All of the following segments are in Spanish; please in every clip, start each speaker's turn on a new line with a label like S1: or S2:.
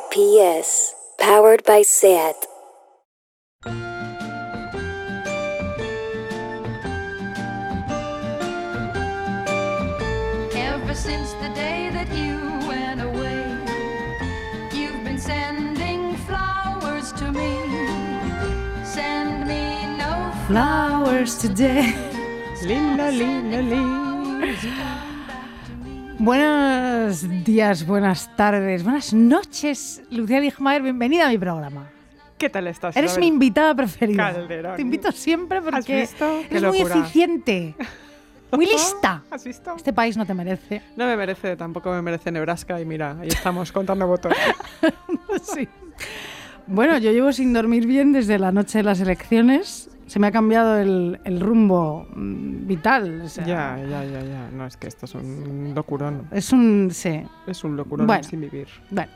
S1: RPS, powered by SAT.
S2: Ever since the day that you went away, you've been sending flowers to me. Send me no
S3: Flowers today.
S4: Lila, lila, lila.
S3: Buenos días, buenas tardes, buenas noches, Lucía Ligmaer. Bienvenida a mi programa.
S4: ¿Qué tal estás?
S3: Eres
S4: Isabel?
S3: mi invitada preferida.
S4: Calderón.
S3: Te invito siempre porque
S4: visto? Qué
S3: eres muy
S4: locura.
S3: eficiente, muy lista.
S4: ¿Has visto?
S3: Este país no te merece.
S4: No me merece, tampoco me merece Nebraska y mira, ahí estamos contando votos.
S3: Sí. Bueno, yo llevo sin dormir bien desde la noche de las elecciones. Se me ha cambiado el, el rumbo mm, vital. o sea,
S4: ya, ya, ya, ya. No, es que esto es un locurón.
S3: Es un. Sí,
S4: Es un locurón
S3: Bueno.
S4: sin vivir.
S3: Vale.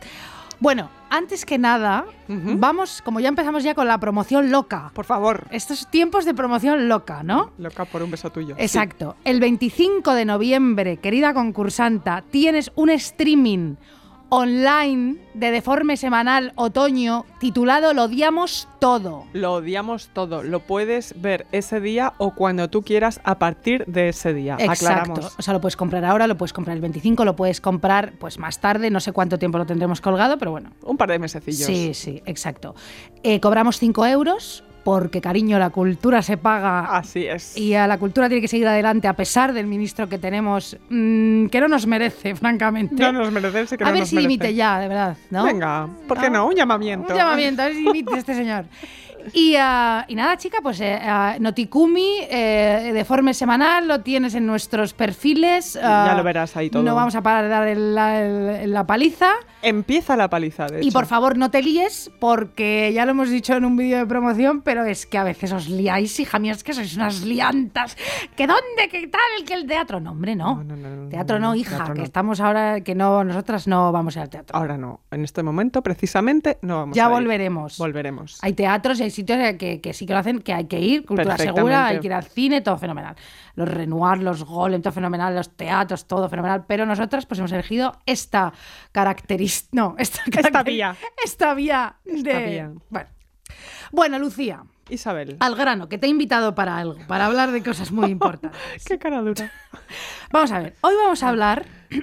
S3: Bueno, antes que nada,
S4: Ujú.
S3: vamos, como ya empezamos ya con la promoción loca.
S4: Por favor.
S3: Estos tiempos de promoción loca, ¿no?
S4: Loca por un beso tuyo.
S3: Exacto. El 25 de noviembre, querida concursanta, tienes un streaming online de deforme semanal otoño titulado Lo odiamos todo.
S4: Sí. Lo odiamos todo. Lo puedes ver ese día o cuando tú quieras a partir de ese día.
S3: Exacto.
S4: Ah, Aclaramos.
S3: O sea, lo puedes comprar ahora, lo puedes comprar el 25, lo puedes comprar pues más tarde, no sé cuánto tiempo lo tendremos colgado, pero bueno.
S4: Un par de mesecillos.
S3: Sí, sí, exacto. Eh, cobramos 5 euros porque, cariño, la cultura se paga
S4: Así es.
S3: y a la cultura tiene que seguir adelante a pesar del ministro que tenemos, mm, que no nos merece, francamente.
S4: No nos merecemos que
S3: este a
S4: no
S3: ver
S4: nos
S3: si
S4: merece.
S3: dimite ya, de verdad, ¿no?
S4: Venga, ¿por qué
S3: No.
S4: no? Un
S3: Un
S4: llamamiento.
S3: llamamiento, a ver si dimite este señor. Y, ah, y nada, chica, pues eh, ah, Noticumi eh, de forma semanal lo tienes en nuestros perfiles. ah,
S4: lo verás ahí todo.
S3: No vamos a parar de dar el- la- el- la paliza.
S4: Empieza la paliza, de
S3: Y
S4: hecho.
S3: por favor, no te líes, porque ya lo hemos dicho en un vídeo de promoción, pero es que a veces os liáis, hija mía, es que sois unas liantas. ¿Que dónde? ¿Qué tal? ¿Que el teatro? No, hombre, no.
S4: No, no, no, no,
S3: teatro
S4: no,
S3: no,
S4: no,
S3: hija,
S4: teatro
S3: que
S4: no.
S3: estamos ahora, que no, nosotras no vamos a ir al teatro.
S4: Ahora no, en este momento precisamente no vamos
S3: ya
S4: a ir.
S3: volveremos.
S4: Volveremos.
S3: Hay teatros y hay sitios que, que sí que lo hacen, que hay que ir, cultura segura,
S4: Perfectamente.
S3: hay que ir al cine, todo fenomenal. Los Renoir, los Golem, todo fenomenal, los teatros, todo fenomenal. Pero nosotras pues hemos elegido esta característica, no, esta, caracteri-
S4: vía.
S3: Esta vía de...
S4: Esta vía.
S3: Bueno. Bueno, Lucía,
S4: Isabel,
S3: al grano, que te he invitado para algo, para hablar de cosas muy importantes.
S4: qué cara dura.
S3: Vamos a ver, hoy vamos a hablar,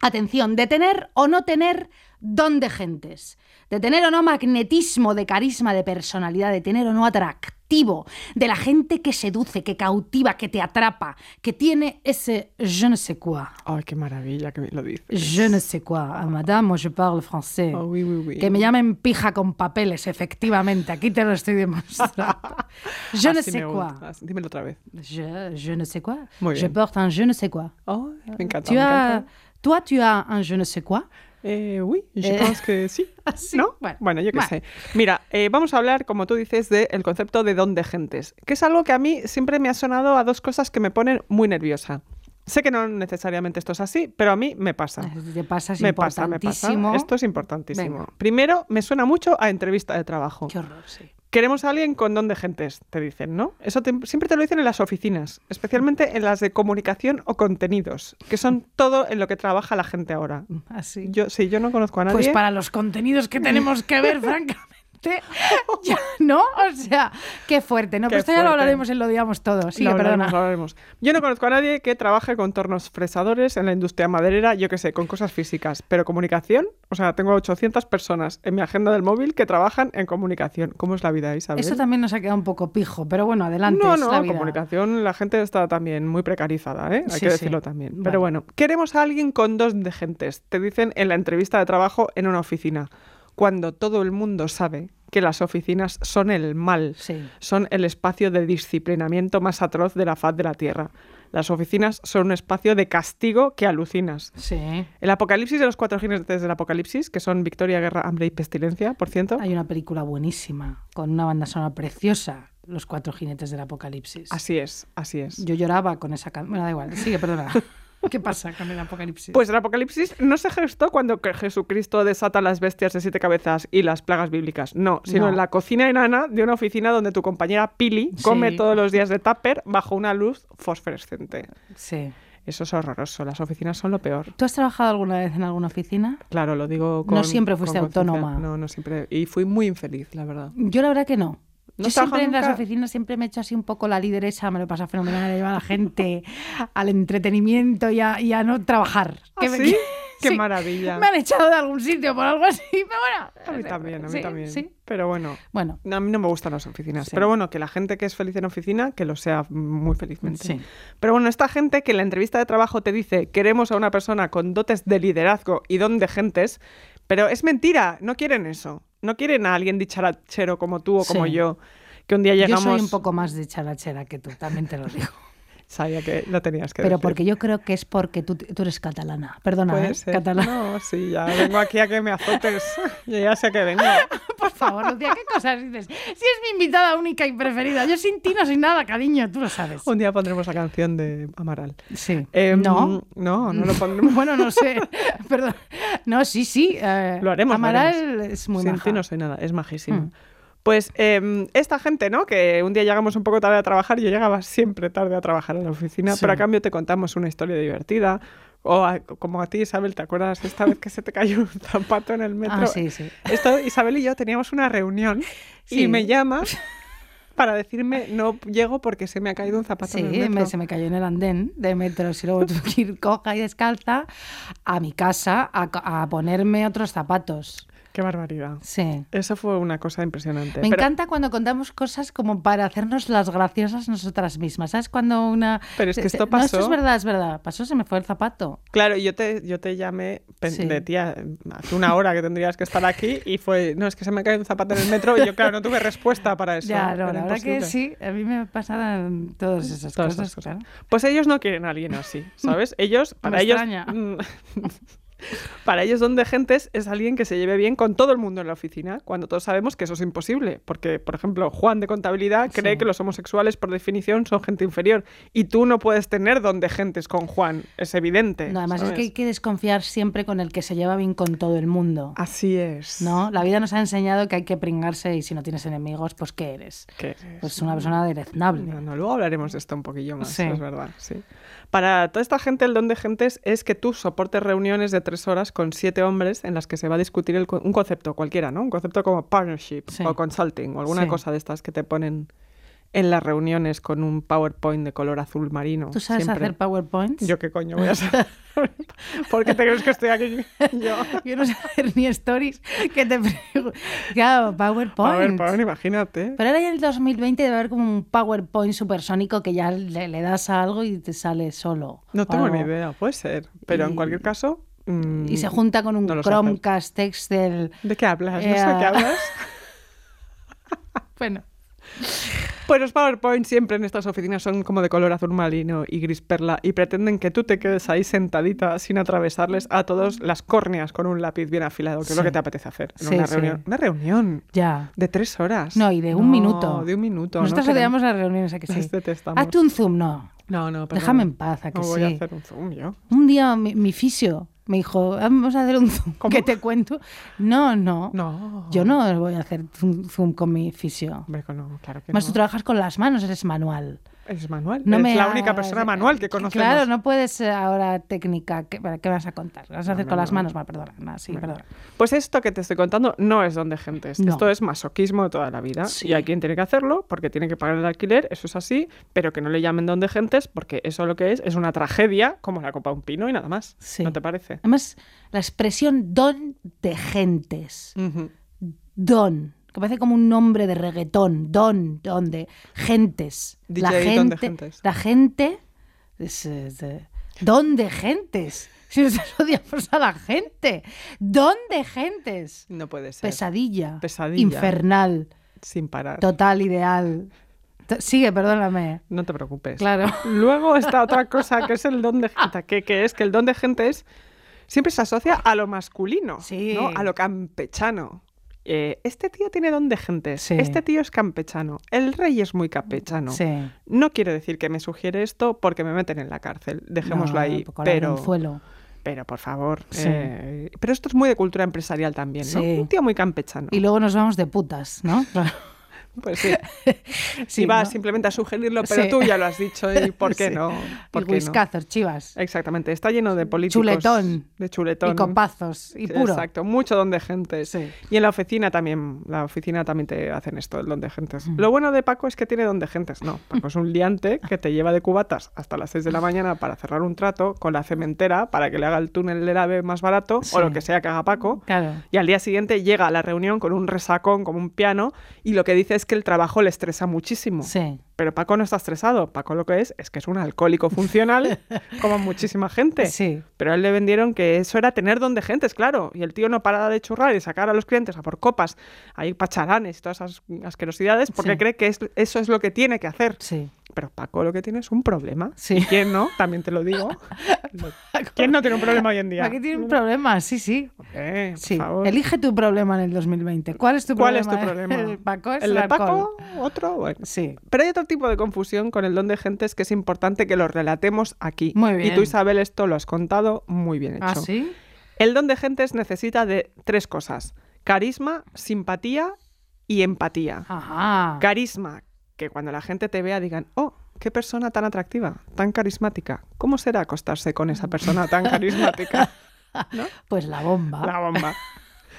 S3: atención, de tener o no tener don de gentes, de tener o no magnetismo, de carisma, de personalidad, de tener o no atractivo, de la gente que seduce, que cautiva, que te atrapa, que tiene ese je ne sais quoi.
S4: Ay, qué maravilla que me lo dices.
S3: Je ne sais quoi, Ah, madame, moi je parle français.
S4: Oh, oui, oui, oui.
S3: Que me llamen pija con papeles, efectivamente, aquí te lo estoy demostrando. Je ne
S4: Así
S3: sais
S4: Ah, me
S3: quoi.
S4: gusta. Así- Dímelo otra vez.
S3: Je, je ne sais quoi.
S4: Muy
S3: Je
S4: bien.
S3: porte un je ne sais quoi.
S4: Ay, me encanta.
S3: Tu
S4: me
S3: as,
S4: encanta.
S3: toi, tu as un je ne sais quoi.
S4: Eh, oui, je
S3: Eh.
S4: pense que sí.
S3: sí?
S4: ¿No?
S3: Bueno.
S4: Bueno, yo qué
S3: Bueno.
S4: sé. Mira, eh, vamos a hablar, como tú dices, del concepto de don de gentes, que es algo que a mí siempre me ha sonado a dos cosas que me ponen muy nerviosa. Sé que no necesariamente esto es así, pero a mí me pasa.
S3: eh, Te pasas
S4: Ah. me pasa, me pasa.
S3: importantísimo.
S4: Esto es importantísimo.
S3: Venga.
S4: Primero, me suena mucho a entrevista de trabajo.
S3: Qué horror, sí.
S4: Queremos a alguien con don de gentes, te dicen, ¿no? Eso te- siempre te lo dicen en las oficinas, especialmente en las de comunicación o contenidos, que son todo en lo que trabaja la gente ahora.
S3: Así.
S4: Yo, sí, yo no conozco a nadie.
S3: Pues para los contenidos que tenemos que ver, francamente. ya, ¿No? O sea, qué fuerte, ¿no?
S4: Qué
S3: Pero esto ya lo
S4: fuerte.
S3: hablaremos en Lo Digamos Todo. Sí,
S4: Lo hablaremos,
S3: perdona.
S4: lo hablaremos. Yo no conozco a nadie que trabaje con tornos fresadores en la industria maderera, yo qué sé, con cosas físicas. Pero comunicación, o sea, tengo 800 personas en mi agenda del móvil que trabajan en comunicación. ¿Cómo es la vida, Isabel?
S3: Esto también nos ha quedado un poco pijo, pero bueno, adelante.
S4: No,
S3: es
S4: no,
S3: la
S4: la
S3: vida.
S4: comunicación la gente está también muy precarizada, ¿eh? hay
S3: Sí,
S4: que
S3: sí.
S4: decirlo también.
S3: Vale.
S4: Pero bueno, queremos a alguien con dos de gentes, te dicen en la entrevista de trabajo en una oficina, cuando todo el mundo sabe que las oficinas son el mal,
S3: Sí.
S4: son el espacio de disciplinamiento más atroz de la faz de la Tierra. Las oficinas son un espacio de castigo que alucinas.
S3: Sí.
S4: El apocalipsis de los cuatro jinetes del apocalipsis, que son victoria, guerra, hambre y pestilencia, por cierto.
S3: Hay una película buenísima, con una banda sonora preciosa, Los Cuatro Jinetes del Apocalipsis.
S4: Así es, así es.
S3: Yo lloraba con esa canción. Bueno, da igual, sigue, perdona. ¿Qué pasa con el Apocalipsis?
S4: Pues el Apocalipsis no se gestó cuando que Jesucristo desata las bestias de siete cabezas y las plagas bíblicas, no, sino
S3: No.
S4: en la cocina enana de una oficina donde tu compañera Pili
S3: Sí.
S4: come todos los días de tupper bajo una luz fosforescente.
S3: Sí.
S4: Eso es horroroso. Las oficinas son lo peor.
S3: ¿Tú has trabajado alguna vez en alguna oficina?
S4: Claro, lo digo
S3: No
S4: con.
S3: siempre fuiste
S4: con conciencia.
S3: autónoma.
S4: No, no siempre. Y fui muy infeliz, la verdad.
S3: Yo la verdad que no.
S4: ¿No
S3: Yo
S4: has trabajado
S3: siempre en las
S4: nunca?
S3: oficinas siempre me he hecho así un poco la lideresa, me lo pasa fenomenal, llevar a la gente al entretenimiento y a, y a no trabajar.
S4: ¿Ah,
S3: me-
S4: sí? ¡Qué
S3: sí.
S4: maravilla!
S3: Me han echado de algún sitio por algo así, pero bueno.
S4: A mí también, a mí
S3: Sí,
S4: también.
S3: sí.
S4: Pero bueno,
S3: Bueno,
S4: no, a mí no me gustan las oficinas.
S3: Sí.
S4: Pero bueno, que la gente que es feliz en oficina, que lo sea muy felizmente.
S3: sí.
S4: Pero bueno, esta gente que en la entrevista de trabajo te dice queremos a una persona con dotes de liderazgo y don de gentes, pero es mentira, no quieren eso. No quieren a alguien dicharachero como tú o como
S3: Sí.
S4: yo, que un día llegamos...
S3: Yo soy un poco más de charachera que tú, también te lo digo.
S4: Sabía que lo tenías que
S3: Pero
S4: decir.
S3: porque yo creo que es porque tú, tú eres catalana. Perdona,
S4: Puede
S3: ¿eh?
S4: ser.
S3: Catalana.
S4: No, sí, ya vengo aquí a que me azotes. Yo ya sé que vengo.
S3: Por favor, Lucía, ¿qué cosas dices? Si es mi invitada única y preferida. Yo sin ti no soy nada, cariño, tú lo sabes.
S4: Un día pondremos la canción de Amaral.
S3: Sí.
S4: Em,
S3: no.
S4: No, no lo pondremos.
S3: Bueno, no sé. Perdón. No, sí, sí. eh,
S4: Lo haremos, lo
S3: Amaral es muy
S4: Sin
S3: maja.
S4: ti no soy nada, es majísimo.
S3: Mm.
S4: Pues em, esta gente, ¿no? Que un día llegamos un poco tarde a trabajar, yo llegaba siempre tarde a trabajar a la oficina,
S3: Sí.
S4: pero a cambio te contamos una historia divertida. O a- como a ti, Isabel, ¿te acuerdas esta vez que se te cayó un zapato en el metro?
S3: Ah, sí, sí.
S4: Esto, Isabel y yo teníamos una reunión
S3: Sí.
S4: y me llama para decirme no llego porque se me ha caído un zapato
S3: Sí,
S4: en el metro.
S3: me- se me cayó en el andén de metro. Si luego tuve que ir coja y descalza a mi casa a, co- a ponerme otros zapatos.
S4: Qué barbaridad.
S3: Sí.
S4: Eso fue una cosa impresionante.
S3: Me
S4: Pero-
S3: encanta cuando contamos cosas como para hacernos las graciosas nosotras mismas. ¿Sabes? Cuando una.
S4: Pero es que
S3: se-
S4: esto
S3: se- No, esto es
S4: pasó.
S3: verdad, es verdad. Pasó, se me fue el zapato.
S4: Claro, yo te, yo te llamé pen-
S3: Sí.
S4: de tía hace una hora que tendrías que estar aquí y fue, no, es que se me ha caído un zapato en el metro y yo, claro, no tuve respuesta para eso.
S3: ya, no,
S4: era
S3: la verdad que
S4: imposible.
S3: sí. A mí me pasaron todas esas
S4: Todas
S3: cosas,
S4: esas cosas.
S3: claro.
S4: Pues ellos no quieren a alguien así, ¿sabes? Ellos, para ellos...
S3: extraña.
S4: mm, Para ellos, don de gentes es alguien que se lleve bien con todo el mundo en la oficina, cuando todos sabemos que eso es imposible. Porque, por ejemplo, Juan de contabilidad cree
S3: Sí.
S4: que los homosexuales, por definición, son gente inferior. Y tú no puedes tener don de gentes con Juan, es evidente.
S3: No, además es
S4: ¿sabes?
S3: que hay que desconfiar siempre con el que se lleva bien con todo el mundo.
S4: Así es.
S3: ¿No? La vida nos ha enseñado que hay que pringarse y si no tienes enemigos, pues ¿qué eres?
S4: ¿Qué
S3: Pues una persona deleznable.
S4: No, no, luego hablaremos de esto un poquillo más,
S3: Sí.
S4: es verdad. Sí. Para toda esta gente, el don de gentes es que tú soportes reuniones de tres horas con siete hombres en las que se va a discutir el co- un concepto cualquiera, ¿no? Un concepto como partnership
S3: Sí.
S4: o consulting o alguna
S3: Sí.
S4: cosa de estas que te ponen en las reuniones con un PowerPoint de color azul marino.
S3: ¿Tú sabes
S4: siempre.
S3: hacer PowerPoints?
S4: Yo qué coño voy a saber. ¿Por qué te crees que estoy aquí yo?
S3: Yo no sé hacer ni stories que te pregun- Claro, PowerPoint.
S4: PowerPoint, imagínate.
S3: Pero ahora ya en el 2020 debe haber como un PowerPoint supersónico que ya le, le das a algo y te sale solo.
S4: No
S3: o
S4: tengo ni
S3: algo.
S4: idea, puede ser. Pero en
S3: Y-
S4: cualquier caso... mm,
S3: Y se junta con un
S4: no lo sé hacer.
S3: Chromecast Excel.
S4: ¿De qué hablas? No sé
S3: Eh,
S4: de qué hablas.
S3: Bueno,
S4: Pues los PowerPoint siempre en estas oficinas son como de color azul marino y gris perla y pretenden que tú te quedes ahí sentadita sin atravesarles a todos las córneas con un lápiz bien afilado, que es lo
S3: Sí.
S4: que te apetece hacer en
S3: Sí,
S4: una
S3: sí.
S4: reunión. Una reunión
S3: ya.
S4: de tres horas.
S3: No, y de un
S4: No,
S3: minuto.
S4: De un minuto.
S3: Nosotros
S4: no Este
S3: odiamos
S4: queremos-
S3: las reuniones, ¿a que sí?
S4: Las detestamos.
S3: Hazte un Zoom, no.
S4: No, Pues no, perdona.
S3: Déjame en paz, ¿a que
S4: No voy a
S3: sí?
S4: hacer un zoom yo.
S3: Un día mi, mi fisio me dijo, vamos a hacer un Zoom,
S4: ¿Cómo?
S3: que te cuento. No, no,
S4: No.
S3: Yo no voy a hacer un Zoom con mi fisio.
S4: Hombre, que no, claro que
S3: Más tú
S4: no.
S3: trabajas con las manos, eres manual.
S4: Es manual.
S3: No
S4: es
S3: me
S4: la
S3: hagas-
S4: única persona manual que conocemos.
S3: Claro, no puedes eh, ahora técnica. ¿Qué, para qué vas a contar? ¿Vas a
S4: No,
S3: hacer
S4: no,
S3: con las
S4: no.
S3: manos? Bueno, perdona, no, sí,
S4: Bueno.
S3: perdona.
S4: Pues esto que te estoy contando no es don de gentes.
S3: No.
S4: Esto es masoquismo de toda la vida.
S3: Sí.
S4: Y hay quien tiene que hacerlo porque tiene que pagar el alquiler, eso es así, pero que no le llamen don de gentes porque eso lo que es es una tragedia como la copa de un pino y nada más.
S3: Sí.
S4: ¿No te parece?
S3: Además, la expresión don de gentes. Don. Que parece como un nombre de reggaetón. Don, don de gentes. la
S4: DJ
S3: gente,
S4: don de gentes.
S3: La gente. es, eh, de- don de gentes. Si nosotros odiamos a la gente. Don de gentes.
S4: No puede ser.
S3: Pesadilla.
S4: Pesadilla.
S3: Infernal.
S4: Sin parar.
S3: Total ideal. To- Sigue, perdóname.
S4: No te preocupes.
S3: Claro.
S4: Luego está otra cosa que es el don de gente, que, que es que el don de gentes siempre se asocia a lo masculino,
S3: Sí.
S4: ¿no? a lo campechano. Eh, este tío tiene don de gentes,
S3: Sí.
S4: este tío es campechano, el rey es muy campechano.
S3: Sí.
S4: No quiero decir que me sugiere esto porque me meten en la cárcel, dejémoslo
S3: No,
S4: ahí.
S3: poco
S4: Pero,
S3: ladronzuelo.
S4: pero por favor.
S3: Sí.
S4: eh, pero esto es muy de cultura empresarial también, ¿no?
S3: Sí.
S4: Un tío muy campechano.
S3: Y luego nos vamos de putas, ¿no? Claro.
S4: Pues sí.
S3: Sí,
S4: Iba
S3: ¿no?
S4: simplemente a sugerirlo, pero
S3: Sí.
S4: tú ya lo has dicho y ¿por qué
S3: Sí.
S4: no? ¿Por
S3: Y
S4: qué no?
S3: whiskazos, chivas.
S4: Exactamente, está lleno de políticos.
S3: Chuletón.
S4: De
S3: Y
S4: chuletón.
S3: copazos. Y
S4: Sí,
S3: puro.
S4: Exacto, mucho don de gentes.
S3: Sí.
S4: Y en la oficina también, la oficina también te hacen esto, el don de gentes.
S3: Mm.
S4: Lo bueno de Paco es que tiene don de gentes, no. Paco es un liante que te lleva de cubatas hasta las 6 de la mañana para cerrar un trato con la cementera para que le haga el túnel del ave más barato
S3: Sí.
S4: o lo que sea que haga Paco.
S3: Claro.
S4: Y al día siguiente llega a la reunión con un resacón, como un piano, y lo que dice es que el trabajo le estresa muchísimo.
S3: Sí.
S4: Pero Paco no está estresado. Paco lo que es es que es un alcohólico funcional, como muchísima gente.
S3: Sí.
S4: Pero a él le vendieron que eso era tener don de gentes, claro. Y el tío no paraba de churrar y sacar a los clientes a por copas, a ir pacharanes y todas esas asquerosidades, porque
S3: Sí.
S4: cree que es- eso es lo que tiene que hacer.
S3: Sí.
S4: Pero Paco lo que tiene es un problema.
S3: Sí.
S4: ¿Y quién no? También te lo digo. ¿Quién no tiene un problema hoy en día?
S3: Aquí tiene un problema, sí, sí.
S4: Eh, por
S3: Sí.
S4: favor.
S3: Elige tu problema en el 2020. ¿Cuál es tu
S4: ¿Cuál es
S3: problema? ¿eh?
S4: tu problema?
S3: El Paco es
S4: ¿El de
S3: alcohol.
S4: Paco? ¿Otro? Bueno.
S3: Sí.
S4: Pero hay otro tipo de confusión con el don de gentes que es importante que lo relatemos aquí.
S3: Muy
S4: Y
S3: bien.
S4: tú, Isabel, esto lo has contado muy bien hecho.
S3: ¿Ah, sí?
S4: El don de gentes necesita de tres cosas: carisma, simpatía y empatía.
S3: Ajá.
S4: Carisma, que cuando la gente te vea digan, oh, qué persona tan atractiva, tan carismática. ¿Cómo será acostarse con esa persona tan carismática?
S3: Pues la bomba.
S4: La bomba.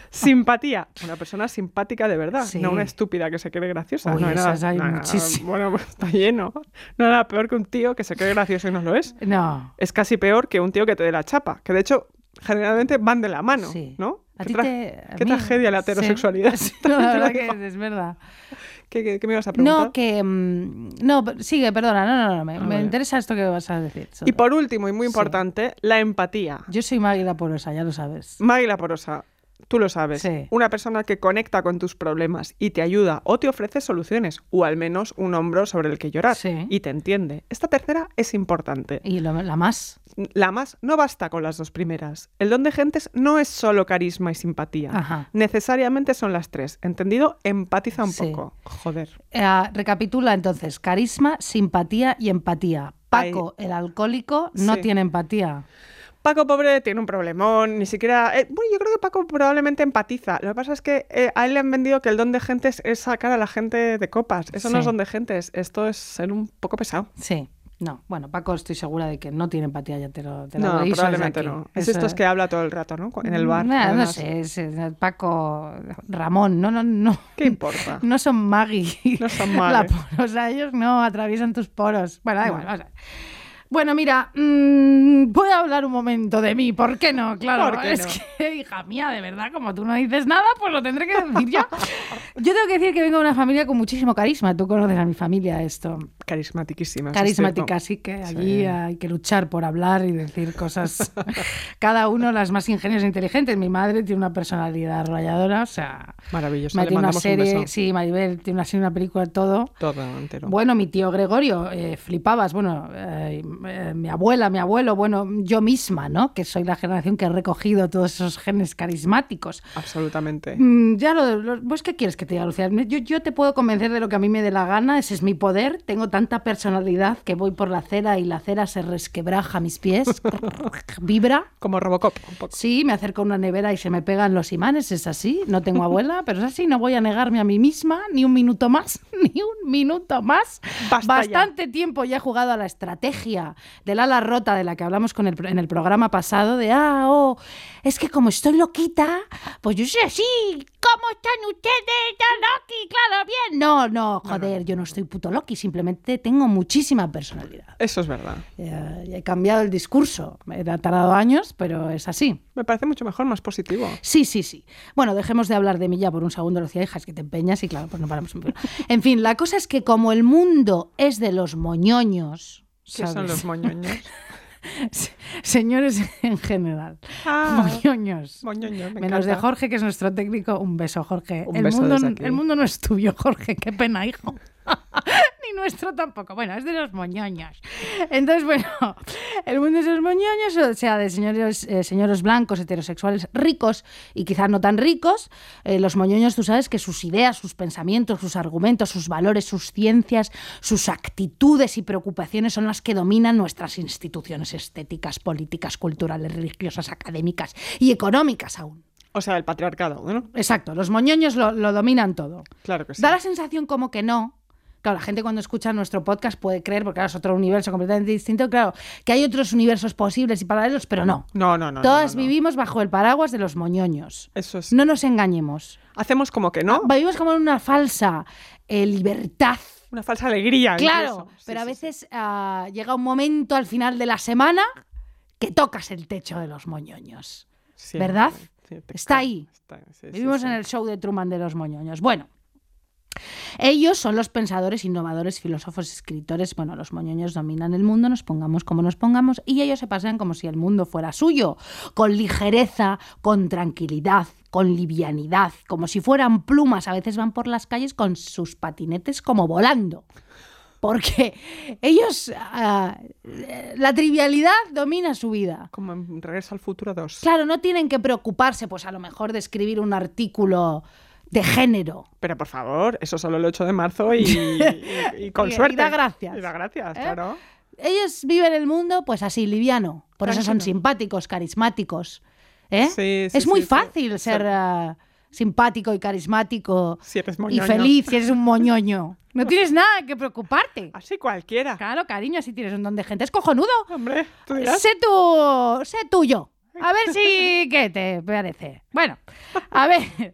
S4: Simpatía, una persona simpática de verdad,
S3: Sí.
S4: no una estúpida que se cree graciosa.
S3: Uy,
S4: no hay nada-
S3: esas hay
S4: no hay nada-
S3: muchísimas.
S4: Bueno, pues, está lleno. No hay nada peor que un tío que se cree gracioso y no lo es.
S3: No.
S4: Es casi peor que un tío que te dé la chapa, que de hecho generalmente van de la mano,
S3: Sí.
S4: ¿no?
S3: A
S4: ¿Qué
S3: ti
S4: tra-
S3: te- a
S4: qué
S3: mí-
S4: tragedia la
S3: sí.
S4: heterosexualidad.
S3: Sí, no, la
S4: Te lo
S3: verdad
S4: digo.
S3: que es verdad.
S4: ¿Qué, qué- qué me ibas a preguntar?
S3: No, que. mm, No, pero- sigue, perdona. No, no, no. Me, me
S4: Ah, vale.
S3: interesa esto que vas a decir. sobre-
S4: Y por último, y muy
S3: Sí.
S4: importante, la empatía.
S3: Yo soy Magda Porosa, ya lo sabes.
S4: Magla Porosa, tú lo sabes.
S3: Sí.
S4: Una persona que conecta con tus problemas y te ayuda o te ofrece soluciones, o al menos un hombro sobre el que llorar
S3: Sí.
S4: y te entiende. Esta tercera es importante.
S3: Y lo- la más.
S4: La más no basta con las dos primeras. El don de gentes no es solo carisma y simpatía.
S3: Ajá.
S4: Necesariamente son las tres. ¿Entendido? Empatiza un
S3: Sí.
S4: poco. Joder.
S3: Eh, recapitula entonces: carisma, simpatía y empatía. Paco, el alcohólico, no
S4: Sí.
S3: tiene empatía.
S4: Paco pobre tiene un problemón, ni siquiera... eh, bueno, yo creo que Paco probablemente empatiza. Lo que pasa es que eh, a él le han vendido que el don de gentes es sacar a la gente de copas. Eso
S3: Sí.
S4: no es don de gentes, esto es ser un poco pesado.
S3: Sí. No, bueno, Paco, estoy segura de que no tiene empatía, ya te lo, te lo
S4: No,
S3: aviso desde
S4: probablemente
S3: aquí.
S4: no. Es
S3: Eso-
S4: estos que habla todo el rato, ¿no? En el bar.
S3: Nah, no
S4: además.
S3: sé, es, eh, Paco, Ramón, no, no, no.
S4: ¿Qué importa?
S3: No son Maggie.
S4: No son
S3: La
S4: Maggie.
S3: porosa, ellos no atraviesan tus poros. Bueno, da igual,
S4: No.
S3: vamos a ver. Bueno, mira, mm, voy a hablar un momento de mí, ¿por qué no? Claro,
S4: ¿Por qué
S3: es
S4: no?
S3: que, hija mía, de verdad, como tú no dices nada, pues lo tendré que decir yo. Yo tengo que decir que vengo de una familia con muchísimo carisma, tú conoces a mi familia esto
S4: Carismatiquísima. eso Pues es este,
S3: carismática,
S4: cierto.
S3: así que
S4: Sí.
S3: allí hay que luchar por hablar y decir cosas, cada uno las más ingeniosas e inteligentes. Mi madre tiene una personalidad arrolladora, o sea,
S4: Maravillosa. Le
S3: tiene una
S4: mandamos un
S3: serie,
S4: beso.
S3: sí, Maribel tiene una serie, una película, todo.
S4: Todo entero.
S3: Bueno, mi tío Gregorio, eh, flipabas, bueno, eh, eh, mi abuela, mi abuelo, bueno, yo misma, ¿no? Que soy la generación que he recogido todos esos genes carismáticos.
S4: Absolutamente.
S3: Mm, Ya lo, lo- ¿Vos qué quieres que te diga, Lucía? Yo, yo te puedo convencer de lo que a mí me dé la gana, ese es mi poder. Tengo tanta personalidad que voy por la acera y la acera se resquebraja a mis pies, vibra.
S4: Como Robocop, un poco.
S3: Sí, me acerco a una nevera y se me pegan los imanes, es así. No tengo abuela, pero es así. No voy a negarme a mí misma ni un minuto más, ni un minuto más.
S4: Basta ya.
S3: Bastante tiempo ya he jugado a la estrategia del ala rota de la que hablamos con el pro- en el programa pasado de, ah, oh, es que como estoy loquita, pues yo soy así. ¿Cómo están ustedes? ¿Ya loqui? Claro, bien. No, no, joder, yo no estoy puto loqui, simplemente tengo muchísima personalidad.
S4: Eso es verdad.
S3: Ya- ya he cambiado el discurso. Me ha tardado años, pero es así.
S4: Me parece mucho mejor, más positivo.
S3: Sí, sí, sí. Bueno, dejemos de hablar de mí ya por un segundo, Lucía, hijas, que te empeñas y claro, pues no paramos. un poco. En fin, la cosa es que como el mundo es de los moñoños,
S4: ¿Qué son
S3: ¿sabes?
S4: los moñoños?
S3: Se- Señores en general,
S4: Ah,
S3: moñoños.
S4: moñoño, me
S3: Menos de
S4: encanta.
S3: Jorge, que es nuestro técnico. Un beso, Jorge.
S4: Un
S3: el,
S4: beso
S3: mundo,
S4: desde aquí.
S3: el mundo no es tuyo, Jorge. Qué pena, hijo. Ni nuestro tampoco. Bueno, es de los moñoños. Entonces, bueno, el mundo es de los moñoños, o sea, de señores, eh, señores blancos, heterosexuales, ricos y quizás no tan ricos. Eh, los moñoños, tú sabes que sus ideas, sus pensamientos, sus argumentos, sus valores, sus ciencias, sus actitudes y preocupaciones son las que dominan nuestras instituciones estéticas, políticas, culturales, religiosas, académicas y económicas aún.
S4: O sea, el patriarcado, ¿no?
S3: Exacto, los moñoños lo, lo dominan todo.
S4: Claro que sí.
S3: Da la sensación como que no. Claro, la gente cuando escucha nuestro podcast puede creer, porque claro, es otro universo completamente distinto, claro, que hay otros universos posibles y paralelos, pero no.
S4: No, no, no. no,
S3: Todas
S4: no, no.
S3: vivimos bajo el paraguas de los moñoños.
S4: Eso es.
S3: No Ah, nos engañemos.
S4: Hacemos como que no.
S3: Vivimos como en una falsa eh, libertad.
S4: Una falsa alegría.
S3: Claro,
S4: incluso. Sí,
S3: pero a
S4: sí, sí.
S3: veces ah, llega un momento al final de la semana que tocas el techo de los moñoños.
S4: Sí,
S3: ¿verdad?
S4: sí, te
S3: Está
S4: ca-
S3: ahí.
S4: está- sí, sí,
S3: Vivimos
S4: sí.
S3: en el show de Truman de los Moñoños. Bueno, ellos son los pensadores, innovadores, filósofos, escritores. Bueno, los moñoños dominan el mundo, nos pongamos como nos pongamos, y ellos se pasean como si el mundo fuera suyo, con ligereza, con tranquilidad, con livianidad, como si fueran plumas. A veces van por las calles con sus patinetes como volando. Porque ellos, ah, la trivialidad domina su vida.
S4: Como en Regreso al Futuro 2.
S3: Claro, no tienen que preocuparse, pues a lo mejor, de escribir un artículo de género.
S4: Pero por favor, eso solo el 8 de marzo y, y- y con
S3: Y- y
S4: suerte.
S3: da gracias.
S4: Y da gracias,
S3: ¿Eh?
S4: claro.
S3: Ellos viven el mundo, pues así, liviano. Por eso son
S4: Tranquilo.
S3: simpáticos, carismáticos. ¿eh?
S4: Sí, sí,
S3: es muy
S4: sí, sí.
S3: fácil
S4: Sí.
S3: ser ah, simpático y carismático
S4: Si eres
S3: y
S4: moñoño.
S3: feliz si eres un moñoño. No tienes nada que preocuparte.
S4: Así cualquiera.
S3: Claro, cariño, si tienes un don de gente. Es cojonudo.
S4: Hombre, tú dirás.
S3: Sé tú, sé tuyo. A ver si qué te parece. Bueno, a ver.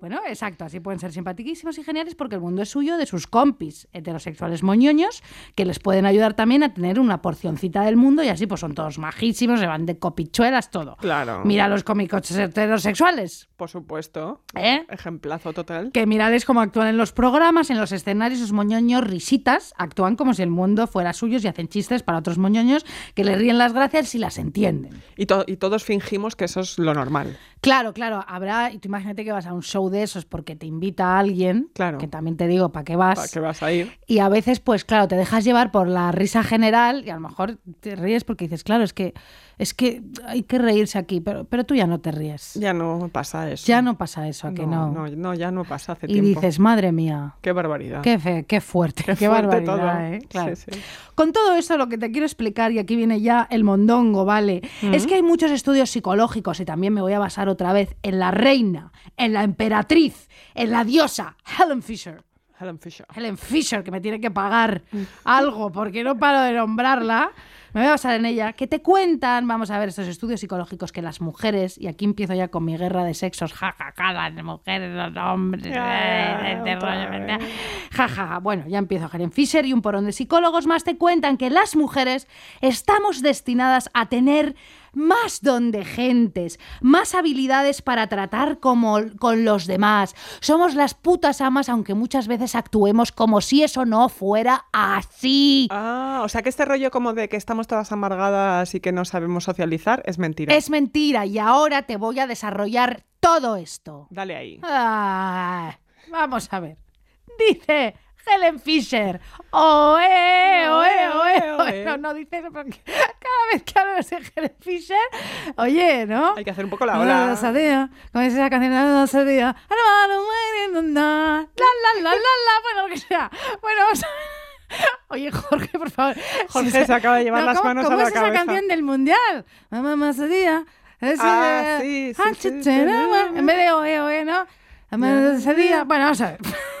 S3: Bueno, exacto, así pueden ser simpatiquísimos y geniales porque el mundo es suyo de sus compis heterosexuales moñoños que les pueden ayudar también a tener una porcioncita del mundo y así pues son todos majísimos, se van de copichuelas, todo.
S4: Claro.
S3: Mira los cómicos heterosexuales,
S4: Por supuesto.
S3: ¿eh?
S4: Ejemplazo total.
S3: Que mirades cómo actúan en los programas, en los escenarios, sus moñoños risitas actúan como si el mundo fuera suyo y hacen chistes para otros moñoños que les ríen las gracias y las entienden.
S4: Y, to- y todos fingimos que eso es lo normal.
S3: Claro, claro, habrá, y tú imagínate que vas a un show de esos porque te invita a alguien,
S4: Claro.
S3: que también te digo, ¿para qué vas?
S4: ¿Para qué vas a ir?
S3: Y a veces, pues claro, te dejas llevar por la risa general y a lo mejor te ríes porque dices, claro, es que, es que hay que reírse aquí, pero, pero tú ya no te ríes.
S4: Ya no pasa eso.
S3: Ya no pasa eso, ¿a que no.
S4: no, no, ya no pasa hace
S3: y
S4: tiempo.
S3: dices, madre mía,
S4: Qué barbaridad.
S3: Qué, fe- qué fuerte, qué,
S4: fuerte
S3: barbaridad.
S4: todo.
S3: ¿eh? Claro.
S4: Sí, sí.
S3: Con todo esto, lo que te quiero explicar, y aquí viene ya el mondongo, ¿vale? Es que hay muchos estudios psicológicos, y también me voy a basar otra vez en la reina, en la emperatriz, en la diosa, Helen Fisher.
S4: Helen Fisher.
S3: Helen Fisher, que me tiene que pagar
S4: Mm.
S3: algo porque no paro de nombrarla. Me voy a basar en ella. Que te cuentan, vamos a ver, estos estudios psicológicos que las mujeres, y aquí empiezo ya con mi guerra de sexos, jajaja, las mujeres, los hombres,
S4: Ah,
S3: eh, este
S4: otra
S3: rollo,
S4: vez.
S3: ¿verdad? Ja, ja, ja. Bueno, ya empiezo Helen Fisher y un porón de psicólogos más te cuentan que las mujeres estamos destinadas a tener más don de gentes, más habilidades para tratar como, con los demás. Somos las putas amas, aunque muchas veces actuemos como si eso no fuera así.
S4: Ah, o sea que este rollo como de que estamos todas amargadas y que no sabemos socializar es mentira.
S3: Es mentira y ahora te voy a desarrollar todo esto.
S4: Dale ahí.
S3: Ah, vamos a ver. Dice Helen Fisher. Oe, oe, oe, oe.
S4: Oe.
S3: No, no dice eso porque cada vez que hablas de Helen Fisher, oye, ¿no?
S4: Hay que hacer un poco la
S3: No,
S4: ola.
S3: no sabía. Como dice esa canción, no lo sabía. Ah, no, no, bueno, no, no. La, la, la, la, la. Bueno, lo que sea. Bueno, vamos a Oye, Jorge, por favor.
S4: Jorge se acaba de llevar las
S3: ¿cómo-
S4: manos a
S3: ¿cómo
S4: la
S3: es esa
S4: cabeza?
S3: canción del mundial? Mamá, más día. Es
S4: Ah,
S3: el-
S4: sí, sí,
S3: Ah,
S4: sí,
S3: che,
S4: sí,
S3: che, no,
S4: sí.
S3: bueno, En vez de oe, oe, ¿no? Mamá, más día. Bueno, vamos a ver.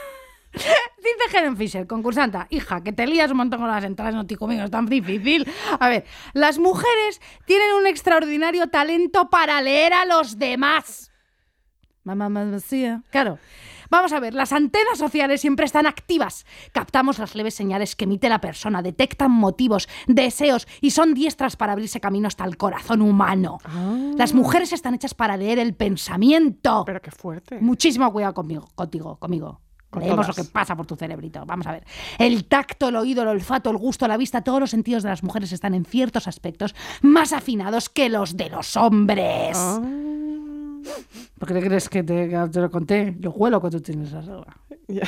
S3: Dice Helen Fisher, concursanta, hija, que te lías un montón con las entradas, no te conmigo, es tan difícil. A ver, las mujeres tienen un extraordinario talento para leer a los demás. Mamá, mamá, decía. Claro. Vamos a ver, las antenas sociales siempre están activas. Captamos las leves señales que emite la persona, detectan motivos, deseos y son diestras para abrirse camino hasta el corazón humano.
S4: Ah,
S3: Las mujeres están hechas para leer el pensamiento.
S4: pero qué fuerte.
S3: Muchísimo cuidado conmigo, contigo, conmigo.
S4: Con
S3: Leemos
S4: todas.
S3: lo que pasa por tu cerebrito. Vamos a ver. El tacto, el oído, el olfato, el gusto, la vista, todos los sentidos de las mujeres están en ciertos aspectos más afinados que los de los hombres.
S4: Ah,
S3: ¿Por qué te crees que te, que te lo conté? Yo huelo cuando tienes la droga.
S4: ya.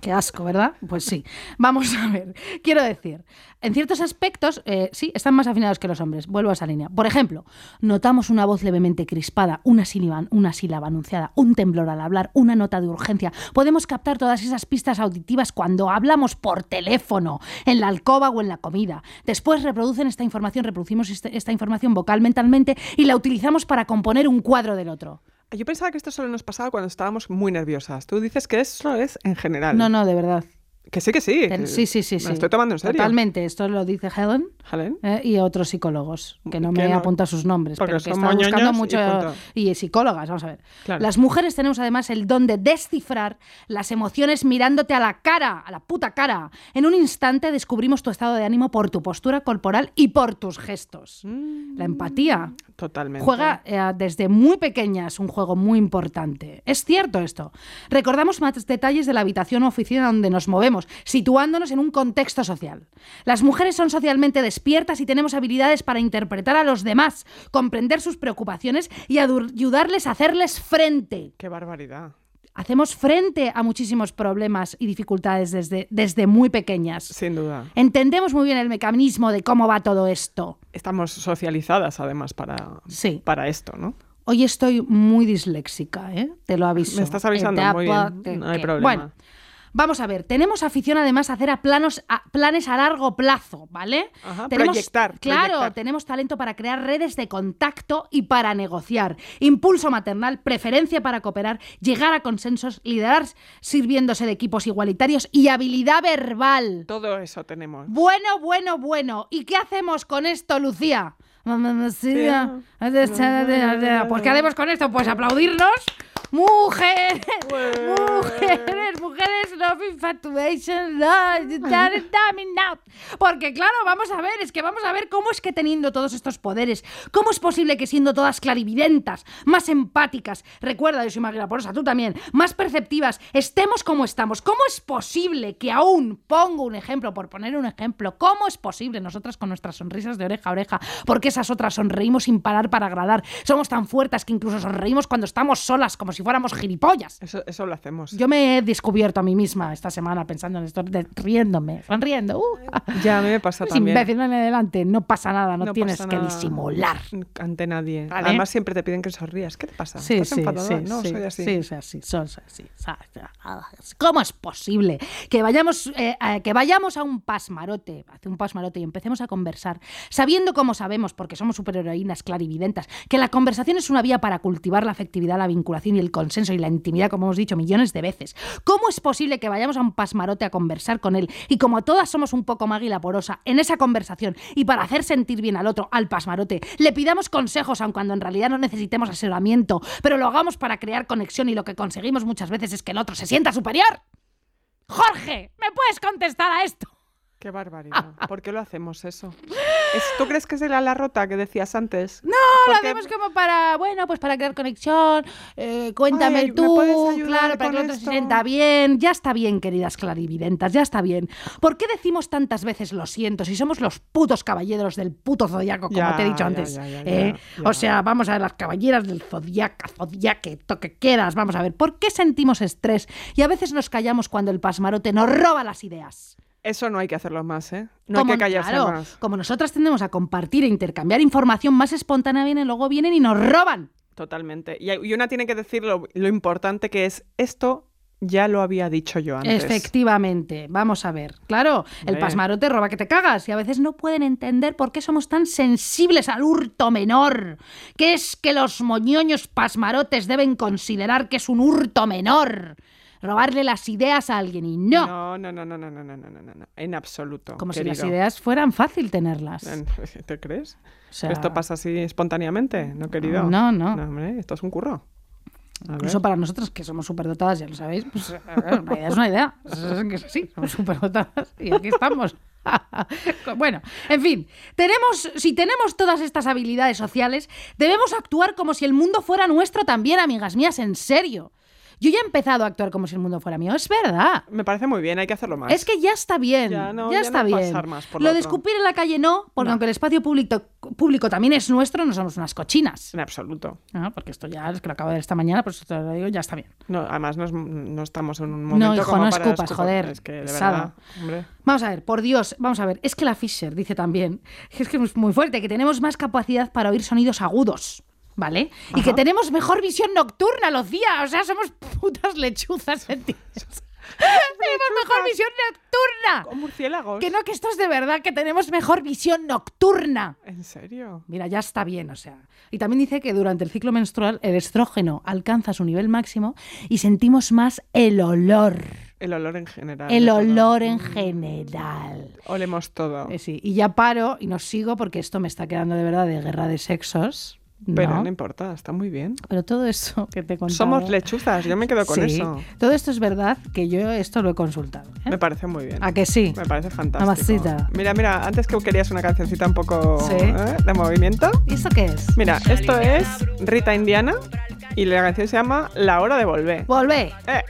S3: Qué asco, ¿verdad? Pues sí. Vamos a ver. Quiero decir, en ciertos aspectos, eh, sí, están más afinados que los hombres. Vuelvo a esa línea. Por ejemplo, notamos una voz levemente crispada, una sílaba, una sílaba anunciada, un temblor al hablar, una nota de urgencia. Podemos captar todas esas pistas auditivas cuando hablamos por teléfono, en la alcoba o en la comida. Después reproducen esta información, reproducimos este- esta información vocal mentalmente y la utilizamos para componer un cuadro del otro.
S4: Yo pensaba que esto solo nos pasaba cuando estábamos muy nerviosas. Tú dices que eso es en general.
S3: No, no, de verdad.
S4: Que sí, que sí.
S3: Ten-
S4: que
S3: Sí, sí, sí.
S4: Eh, me
S3: sí.
S4: lo estoy tomando en serio.
S3: Totalmente. Esto lo dice Helen
S4: Helen.
S3: eh, y otros psicólogos, que no
S4: Que
S3: me he
S4: no,
S3: apuntado sus nombres,
S4: porque
S3: pero que
S4: son
S3: están buscando
S4: moñoñas y
S3: mucho.
S4: punto.
S3: Y, psicólogas, vamos a ver.
S4: Claro.
S3: Las mujeres tenemos además el don de descifrar las emociones mirándote a la cara, a la puta cara. En un instante descubrimos tu estado de ánimo por tu postura corporal y por tus gestos.
S4: Mm,
S3: La empatía
S4: Totalmente.
S3: Juega eh, desde muy pequeñas un juego muy importante. Es cierto esto. Recordamos más detalles de la habitación o oficina donde nos movemos, situándonos en un contexto social. Las mujeres son socialmente despiertas y tenemos habilidades para interpretar a los demás, comprender sus preocupaciones y adu- ayudarles a hacerles frente.
S4: Qué barbaridad.
S3: Hacemos frente a muchísimos problemas y dificultades desde, desde muy pequeñas.
S4: Sin duda.
S3: Entendemos muy bien el mecanismo de cómo va todo esto.
S4: Estamos socializadas además para,
S3: Sí.
S4: para esto, ¿no?
S3: Hoy estoy muy disléxica, ¿eh? Te lo aviso.
S4: Me estás avisando,
S3: Eh, te
S4: muy
S3: apa-
S4: bien,
S3: te-
S4: no hay
S3: que-
S4: problema.
S3: Bueno, vamos a ver. Tenemos afición además a hacer a planos, a planes a largo plazo, ¿vale?
S4: Ajá,
S3: tenemos,
S4: proyectar,
S3: Claro,
S4: proyectar.
S3: tenemos talento para crear redes de contacto y para negociar. Impulso maternal, preferencia para cooperar, llegar a consensos, liderar sirviéndose de equipos igualitarios y habilidad verbal.
S4: Todo eso tenemos.
S3: Bueno, bueno, bueno. ¿Y qué hacemos con esto, Lucía? Pues qué hacemos con esto, pues aplaudirnos. Mujeres, mujeres, mujeres, love infatuation, love, you got it, damn it out. Porque claro, vamos a ver, es que vamos a ver cómo es que teniendo todos estos poderes, cómo es posible que siendo todas clarividentas, más empáticas, recuerda, yo soy Magdalena Porosa, tú también, más perceptivas, estemos como estamos. ¿Cómo es posible que aún, pongo un ejemplo, por poner un ejemplo, cómo es posible nosotras con nuestras sonrisas de oreja a oreja, porque esas otras sonreímos sin parar para agradar, somos tan fuertes que incluso sonreímos cuando estamos solas, como si fuéramos gilipollas?
S4: Eso, eso lo hacemos.
S3: Yo me he descubierto a mí misma esta semana pensando en esto, de- riéndome, sonriendo. Uh,
S4: Ya a mí me pasa
S3: es
S4: también.
S3: imbécil, dale adelante, no pasa nada, no,
S4: No
S3: tienes
S4: pasa
S3: que
S4: nada
S3: disimular.
S4: Ante nadie.
S3: Vale.
S4: Además siempre te piden que sonrías. ¿Qué te pasa? ¿Estás enfadada? no, soy así.
S3: Sí, soy así, son- soy así, soy- soy- ¿Cómo es posible que vayamos, eh, a- que vayamos a un pasmarote, hace un pasmarote y empecemos a conversar, sabiendo como sabemos, porque somos superheroínas clarividentas, que la conversación es una vía para cultivar la afectividad, la vinculación y el consenso y la intimidad, como hemos dicho millones de veces? ¿Cómo es posible que vayamos a un pasmarote a conversar con él y como todas somos un poco máguila porosa en esa conversación y para hacer sentir bien al otro, al pasmarote, le pidamos consejos, aun cuando en realidad no necesitemos asesoramiento, pero lo hagamos para crear conexión y lo que conseguimos muchas veces es que el otro se sienta superior? Jorge, ¿me puedes contestar a esto?
S4: Qué barbaridad. ¿Por qué lo hacemos eso? Es- ¿Tú crees que es de la, la rota que decías antes? No,
S3: Lo hacemos como para, bueno, pues para crear conexión, eh, cuéntame
S4: Ay, ¿me
S3: tú,
S4: puedes ayudar
S3: claro, para que el
S4: con
S3: otro se
S4: esto?
S3: sienta bien. Ya está bien, queridas clarividentas, ya está bien. ¿Por qué decimos tantas veces lo siento si somos los putos caballeros del puto zodiaco, como
S4: Ya,
S3: te he dicho
S4: ya,
S3: antes?
S4: ya, ya,
S3: ¿eh?
S4: ya, ya.
S3: O sea, vamos a ver, las caballeras del zodiaca, zodiaque, to que quieras, vamos a ver, ¿por qué sentimos estrés y a veces nos callamos cuando el pasmarote nos roba las ideas?
S4: Eso no hay que hacerlo más, ¿eh? No hay
S3: Como-
S4: que callarse
S3: claro,
S4: más.
S3: Como nosotras tendemos a compartir e intercambiar información más espontánea, vienen, luego vienen y nos roban.
S4: Totalmente. Y, hay- y una tiene que decir lo, lo importante que es esto ya lo había dicho yo antes.
S3: Efectivamente, vamos a ver. Claro, el
S4: Ve.
S3: pasmarote roba que te cagas y a veces no pueden entender por qué somos tan sensibles al hurto menor. ¿Qué es que los moñoños pasmarotes deben considerar que es un hurto menor? Robarle las ideas a alguien y no.
S4: No, no, no, no, no, no, no, no, no, no. En absoluto.
S3: Como si las
S4: querido.
S3: ideas fueran fácil tenerlas.
S4: ¿Te crees?
S3: O sea,
S4: ¿Esto pasa así espontáneamente? No, querido.
S3: No, no.
S4: hombre, esto es un curro. A ver.
S3: Incluso para nosotras que somos superdotadas, ya lo sabéis, pues una idea es una idea. Es que sí, somos superdotadas y aquí estamos. bueno, en fin, tenemos, si tenemos todas estas habilidades sociales, debemos actuar como si el mundo fuera nuestro también, amigas mías, en serio. Yo ya he empezado a actuar como si el mundo fuera mío, es verdad.
S4: Me parece muy bien, hay que hacerlo más.
S3: Es que ya está bien, ya,
S4: Ya no- ya
S3: está
S4: no
S3: bien.
S4: pasar más por
S3: lo
S4: lo
S3: de
S4: otro.
S3: escupir en la calle no, porque aunque el espacio público, público también es nuestro, no somos unas cochinas.
S4: En absoluto.
S3: Ah, Porque esto ya es que lo acabo de ver esta mañana, por eso te lo digo, ya está bien.
S4: No, además, no, es- no estamos en un momento
S3: hijo,
S4: como
S3: no
S4: para
S3: escupas,
S4: escupar.
S3: joder,
S4: Es que, de
S3: pesada.
S4: verdad, hombre.
S3: Vamos a ver, por Dios, vamos a ver. Es que la Fisher dice también, es que es muy fuerte, que tenemos más capacidad para oír sonidos agudos, ¿vale? Y que tenemos mejor visión nocturna, Lucía. O sea, somos putas lechuzas, ¿me ¿entiendes? Tenemos mejor visión nocturna.
S4: Con murciélagos.
S3: Que no, que esto es de verdad, que tenemos mejor visión nocturna.
S4: ¿En serio?
S3: Mira, ya está bien, o sea. Y también dice que durante el ciclo menstrual el estrógeno alcanza su nivel máximo y sentimos más el olor.
S4: El olor en general.
S3: Ah, El
S4: de todo.
S3: olor en general.
S4: Olemos todo.
S3: Eh, sí, y ya paro y nos sigo porque esto me está quedando de verdad de guerra de sexos.
S4: Pero
S3: ¿no?
S4: no importa, está muy bien.
S3: Pero todo eso que te contaba...
S4: Somos lechuzas, yo me quedo con
S3: Sí.
S4: eso.
S3: Todo esto es verdad que yo esto lo he consultado. ¿eh?
S4: Me parece muy bien.
S3: ¿A que sí?
S4: Me parece fantástico.
S3: Mamacita.
S4: Mira, mira, antes que querías una cancioncita un poco
S3: Sí.
S4: ¿eh? de movimiento.
S3: ¿Y esto qué es?
S4: Mira, esto es Rita Indiana y la canción se llama La hora de volver.
S3: Volvé.
S4: Eh,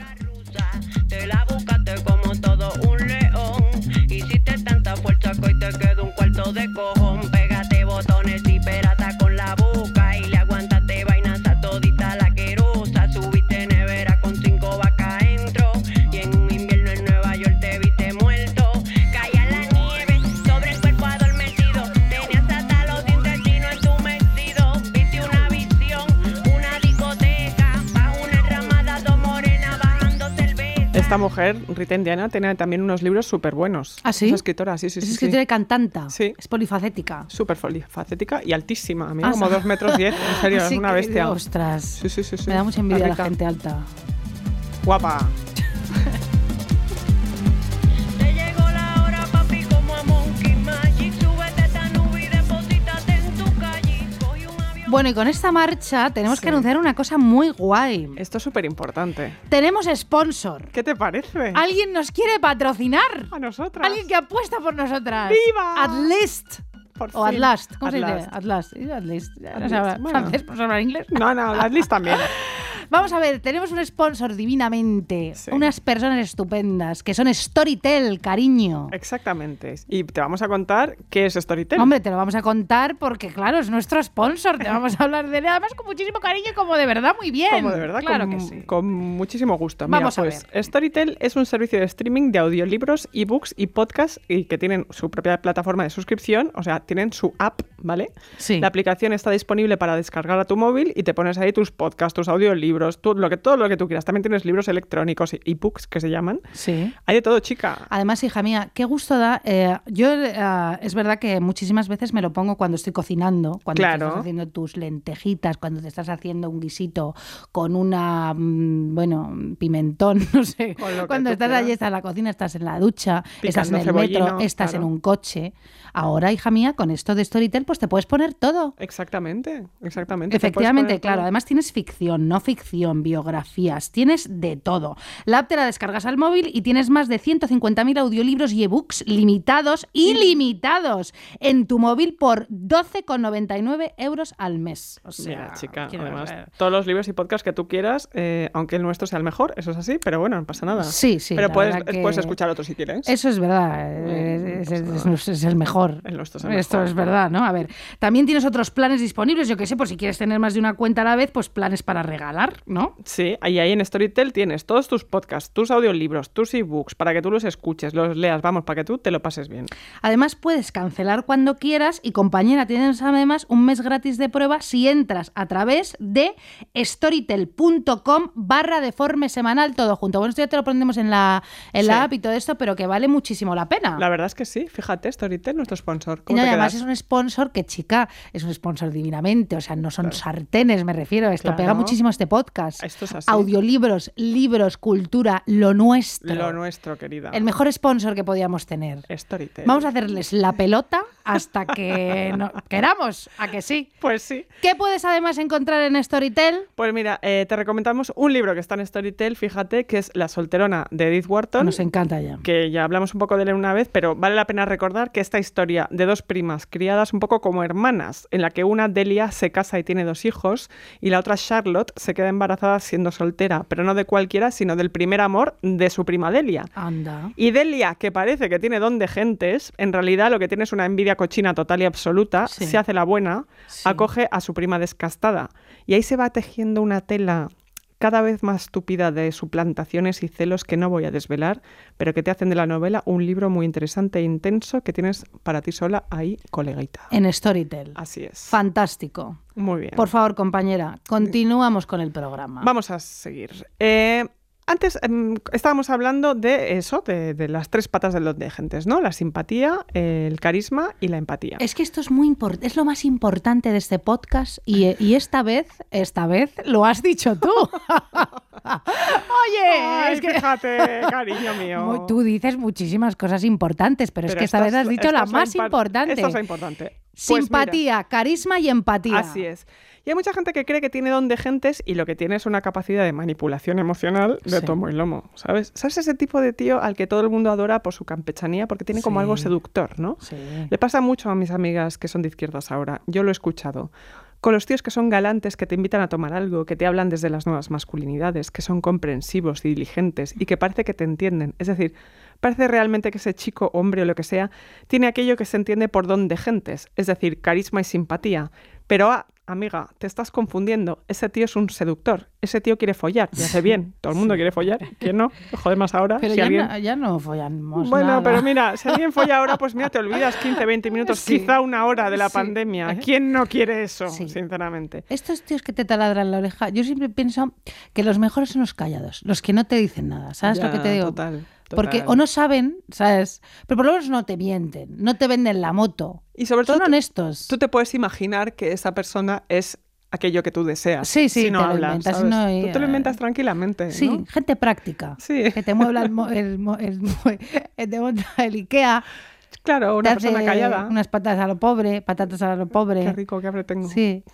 S5: Te la buscaste como todo un león. Hiciste tanta fuerza que hoy te queda un cuarto de cojón. Pégate botones y perata con la boca. Y le aguantaste vainas a todita la querosa. Subiste nevera con cinco vacas adentro. Y en un invierno en Nueva York te viste muerto. Caía la nieve sobre el cuerpo adormecido. Tenías hasta los intestinos entumecidos. Viste una visión, una discoteca. Bajo una ramada, dos morenas bajando cerveza.
S4: esta mujer, Rita Indiana, tiene también unos libros súper buenos.
S3: ¿Ah, sí?
S4: Es escritora, sí, sí,
S3: Es
S4: sí.
S3: escritora y cantanta.
S4: Sí.
S3: Es polifacética.
S4: Súper facética y altísima. A mí,
S3: Ah,
S4: como
S3: sí.
S4: dos metros diez. En serio, es
S3: Así
S4: una
S3: que,
S4: bestia.
S3: Ostras.
S4: Sí, sí, sí, sí.
S3: Me da mucha envidia la
S4: Rica.
S3: gente alta.
S4: Guapa.
S5: Te llegó la hora, papi, como a Monkey Magic. Súbete a esta nube y deposítate en tu calle. Cogí un avión.
S3: Bueno, y con esta marcha tenemos
S4: Sí.
S3: que anunciar una cosa muy guay.
S4: Esto es súper importante.
S3: Tenemos sponsor.
S4: ¿Qué te parece?
S3: Alguien nos quiere patrocinar.
S4: A nosotras.
S3: Alguien que apuesta por nosotras.
S4: ¡Viva!
S3: At least.
S4: Por
S3: O at
S4: fin.
S3: last. ¿Cómo
S4: At
S3: se dice?
S4: last.
S3: At last. Eh, At least. Ya
S4: At
S3: no se habla
S4: least, bueno.
S3: francés, por hablar inglés.
S4: No, no, las listas también.
S3: Vamos a ver, tenemos un sponsor divinamente.
S4: Sí.
S3: Unas personas estupendas que son Storytel, cariño.
S4: Exactamente. Y te vamos a contar qué es Storytel.
S3: Hombre, te lo vamos a contar porque, claro, es nuestro sponsor. Te vamos a hablar de él, además con muchísimo cariño y como de verdad, muy bien.
S4: Como de verdad,
S3: claro
S4: con,
S3: que sí.
S4: con muchísimo gusto. Mira,
S3: Vamos a
S4: pues, Storytel es un servicio de streaming de audiolibros, ebooks y podcasts y que tienen su propia plataforma de suscripción, o sea, tienen su app, ¿vale?
S3: Sí.
S4: La aplicación está disponible para descargar a tu móvil y te pones ahí tus podcasts, tus audiolibros, tu- lo que, todo lo que tú quieras. También tienes libros electrónicos y ebooks que se llaman.
S3: Sí.
S4: Hay de todo, chica.
S3: Además, hija mía, qué gusto da. eh, yo eh, es verdad que muchísimas veces me lo pongo cuando estoy cocinando, cuando te
S4: Claro.
S3: estás haciendo tus lentejitas, cuando te estás haciendo un guisito con una, mm, bueno, pimentón, no sé.
S4: Con lo que
S3: Cuando
S4: tú
S3: estás
S4: quieras.
S3: allí, estás en la cocina, estás en la ducha,
S4: Picando
S3: estás en el
S4: cebollino,
S3: metro, estás
S4: claro.
S3: en un coche. Ahora, hija mía, con esto de Storytel, pues te puedes poner todo.
S4: Exactamente, exactamente. Te puedes
S3: Efectivamente,
S4: poner
S3: claro.
S4: todo.
S3: Además tienes ficción, no ficción, biografías, tienes de todo. La app te la descargas al móvil y tienes más de 150.000 audiolibros y ebooks limitados, ilimitados, en tu móvil por 12,99 euros al mes. O sea,
S4: Mira, chica,
S3: quiero
S4: además,
S3: ver.
S4: todos los libros y podcasts que tú quieras, eh, aunque el nuestro sea el mejor, eso es así, pero bueno, no pasa nada.
S3: Sí, sí,
S4: Pero
S3: la
S4: puedes,
S3: verdad que-
S4: puedes escuchar otro si quieres.
S3: Eso es verdad, eh, es, es- es- es el mejor.
S4: pues, El nuestro es el
S3: Esto
S4: mejor.
S3: es verdad, ¿no? A ver, también tienes otros planes disponibles, yo que sé, por si quieres tener más de una cuenta a la vez, pues planes para regalar, ¿no?
S4: Sí, ahí, ahí en Storytel tienes todos tus podcasts, tus audiolibros, tus ebooks, para que tú los escuches, los leas, vamos, para que tú te lo pases bien.
S3: Además, puedes cancelar cuando quieras y compañera, tienes además un mes gratis de prueba si entras a través de storytel.com barra deforme semanal todo junto. Bueno, esto ya te lo pondremos en la, en
S4: Sí.
S3: la app y todo esto, pero que vale muchísimo la pena.
S4: La verdad es que sí, fíjate, Storytel, nuestro sponsor. ¿Cómo
S3: Ah. No, y
S4: te
S3: además
S4: quedas?
S3: es un sponsor que, chica, es un sponsor divinamente, o sea, no son sartenes, me refiero, esto
S4: Claro.
S3: pega muchísimo este podcast.
S4: Esto es así.
S3: Audiolibros, libros, cultura, lo nuestro.
S4: Lo nuestro, querida.
S3: El mejor sponsor que podíamos tener.
S4: Storytel.
S3: Vamos a hacerles la pelota hasta que no- queramos, a que sí.
S4: Pues sí.
S3: ¿Qué puedes además encontrar en Storytel?
S4: Pues mira, eh, te recomendamos un libro que está en Storytel, fíjate, que es La solterona de Edith Wharton.
S3: Nos encanta ya.
S4: que ya hablamos un poco de él una vez, pero vale la pena recordar que esta historia de dos primas criadas un poco como hermanas, en la que una Delia se casa y tiene dos hijos, y la otra Charlotte se queda embarazada siendo soltera, pero no de cualquiera, sino del primer amor de su prima Delia.
S3: Anda.
S4: Y Delia, que parece que tiene don de gentes, en realidad lo que tiene es una envidia cochina total y absoluta,
S3: Sí.
S4: se hace la buena,
S3: Sí.
S4: acoge a su prima descastada. Y ahí se va tejiendo una tela cada vez más tupida de suplantaciones y celos que no voy a desvelar, pero que te hacen de la novela un libro muy interesante e intenso que tienes para ti sola ahí, coleguita.
S3: En Storytel.
S4: Así es.
S3: Fantástico.
S4: Muy bien.
S3: Por favor, compañera, continuamos con el programa.
S4: Vamos a seguir. Eh, Antes em, estábamos hablando de eso, de, de las tres patas del lot de gentes, ¿no? La simpatía, el carisma y la empatía.
S3: Es que esto es muy impor- es lo más importante de este podcast y, eh, y esta vez, esta vez lo has dicho tú. Oye,
S4: Ay,
S3: es que
S4: fíjate, cariño mío.
S3: Muy- tú dices muchísimas cosas importantes, pero, es
S4: Pero
S3: que esta vez
S4: es-
S3: has dicho
S4: esta
S3: la
S4: es
S3: más
S4: impar-
S3: importante.
S4: Esta es la importante. Pues mira,
S3: Simpatía, carisma y empatía.
S4: Así es. Y hay mucha gente que cree que tiene don de gentes y lo que tiene es una capacidad de manipulación emocional de
S3: Sí.
S4: tomo y lomo, ¿sabes? ¿Sabes ese tipo de tío al que todo el mundo adora por su campechanía? Porque tiene como algo
S3: Sí.
S4: seductor, ¿no?
S3: Sí.
S4: Le pasa mucho a mis amigas que son de izquierdas ahora. Yo lo he escuchado. Con los tíos que son galantes, que te invitan a tomar algo, que te hablan desde las nuevas masculinidades, que son comprensivos, diligentes y que parece que te entienden. Es decir, parece realmente que ese chico, hombre o lo que sea, tiene aquello que se entiende por don de gentes, es decir, carisma y simpatía. Pero, ah, amiga, te estás confundiendo. Ese tío es un seductor. Ese tío quiere follar. Y hace bien. Todo el mundo quiere follar. ¿Quién no? Joder, más ahora.
S3: Pero
S4: si
S3: ya,
S4: alguien-
S3: no, ya no follamos
S4: bueno,
S3: nada.
S4: pero mira, si alguien folla ahora, pues mira, te olvidas 15, 20 minutos,
S3: Sí.
S4: quizá una hora de la
S3: Sí.
S4: pandemia. ¿eh? ¿Quién no quiere eso,
S3: Sí.
S4: sinceramente?
S3: Estos tíos que te taladran la oreja, yo siempre pienso que los mejores son los callados, los que no te dicen nada, ¿sabes lo que
S4: Ya,
S3: te digo?
S4: total,
S3: Porque
S4: total.
S3: o no saben, ¿sabes? Pero por lo menos no te mienten, no te venden la moto.
S4: Y sobre todo,
S3: Son
S4: tú-
S3: honestos.
S4: tú te puedes imaginar que esa persona es aquello que tú deseas.
S3: Sí, sí,
S4: si no
S3: te lo
S4: hablas,
S3: inventas,
S4: ¿sabes?
S3: no, y-
S4: Tú te lo inventas tranquilamente,
S3: Sí,
S4: ¿no?
S3: gente práctica.
S4: Sí.
S3: Que te muebla el, mo- el, mo- el, mo- el de monta el Ikea.
S4: Claro,
S3: te
S4: una
S3: hace
S4: persona callada.
S3: Unas patatas a lo pobre, patatas a lo pobre.
S4: Qué rico, qué hambre tengo.
S3: Sí.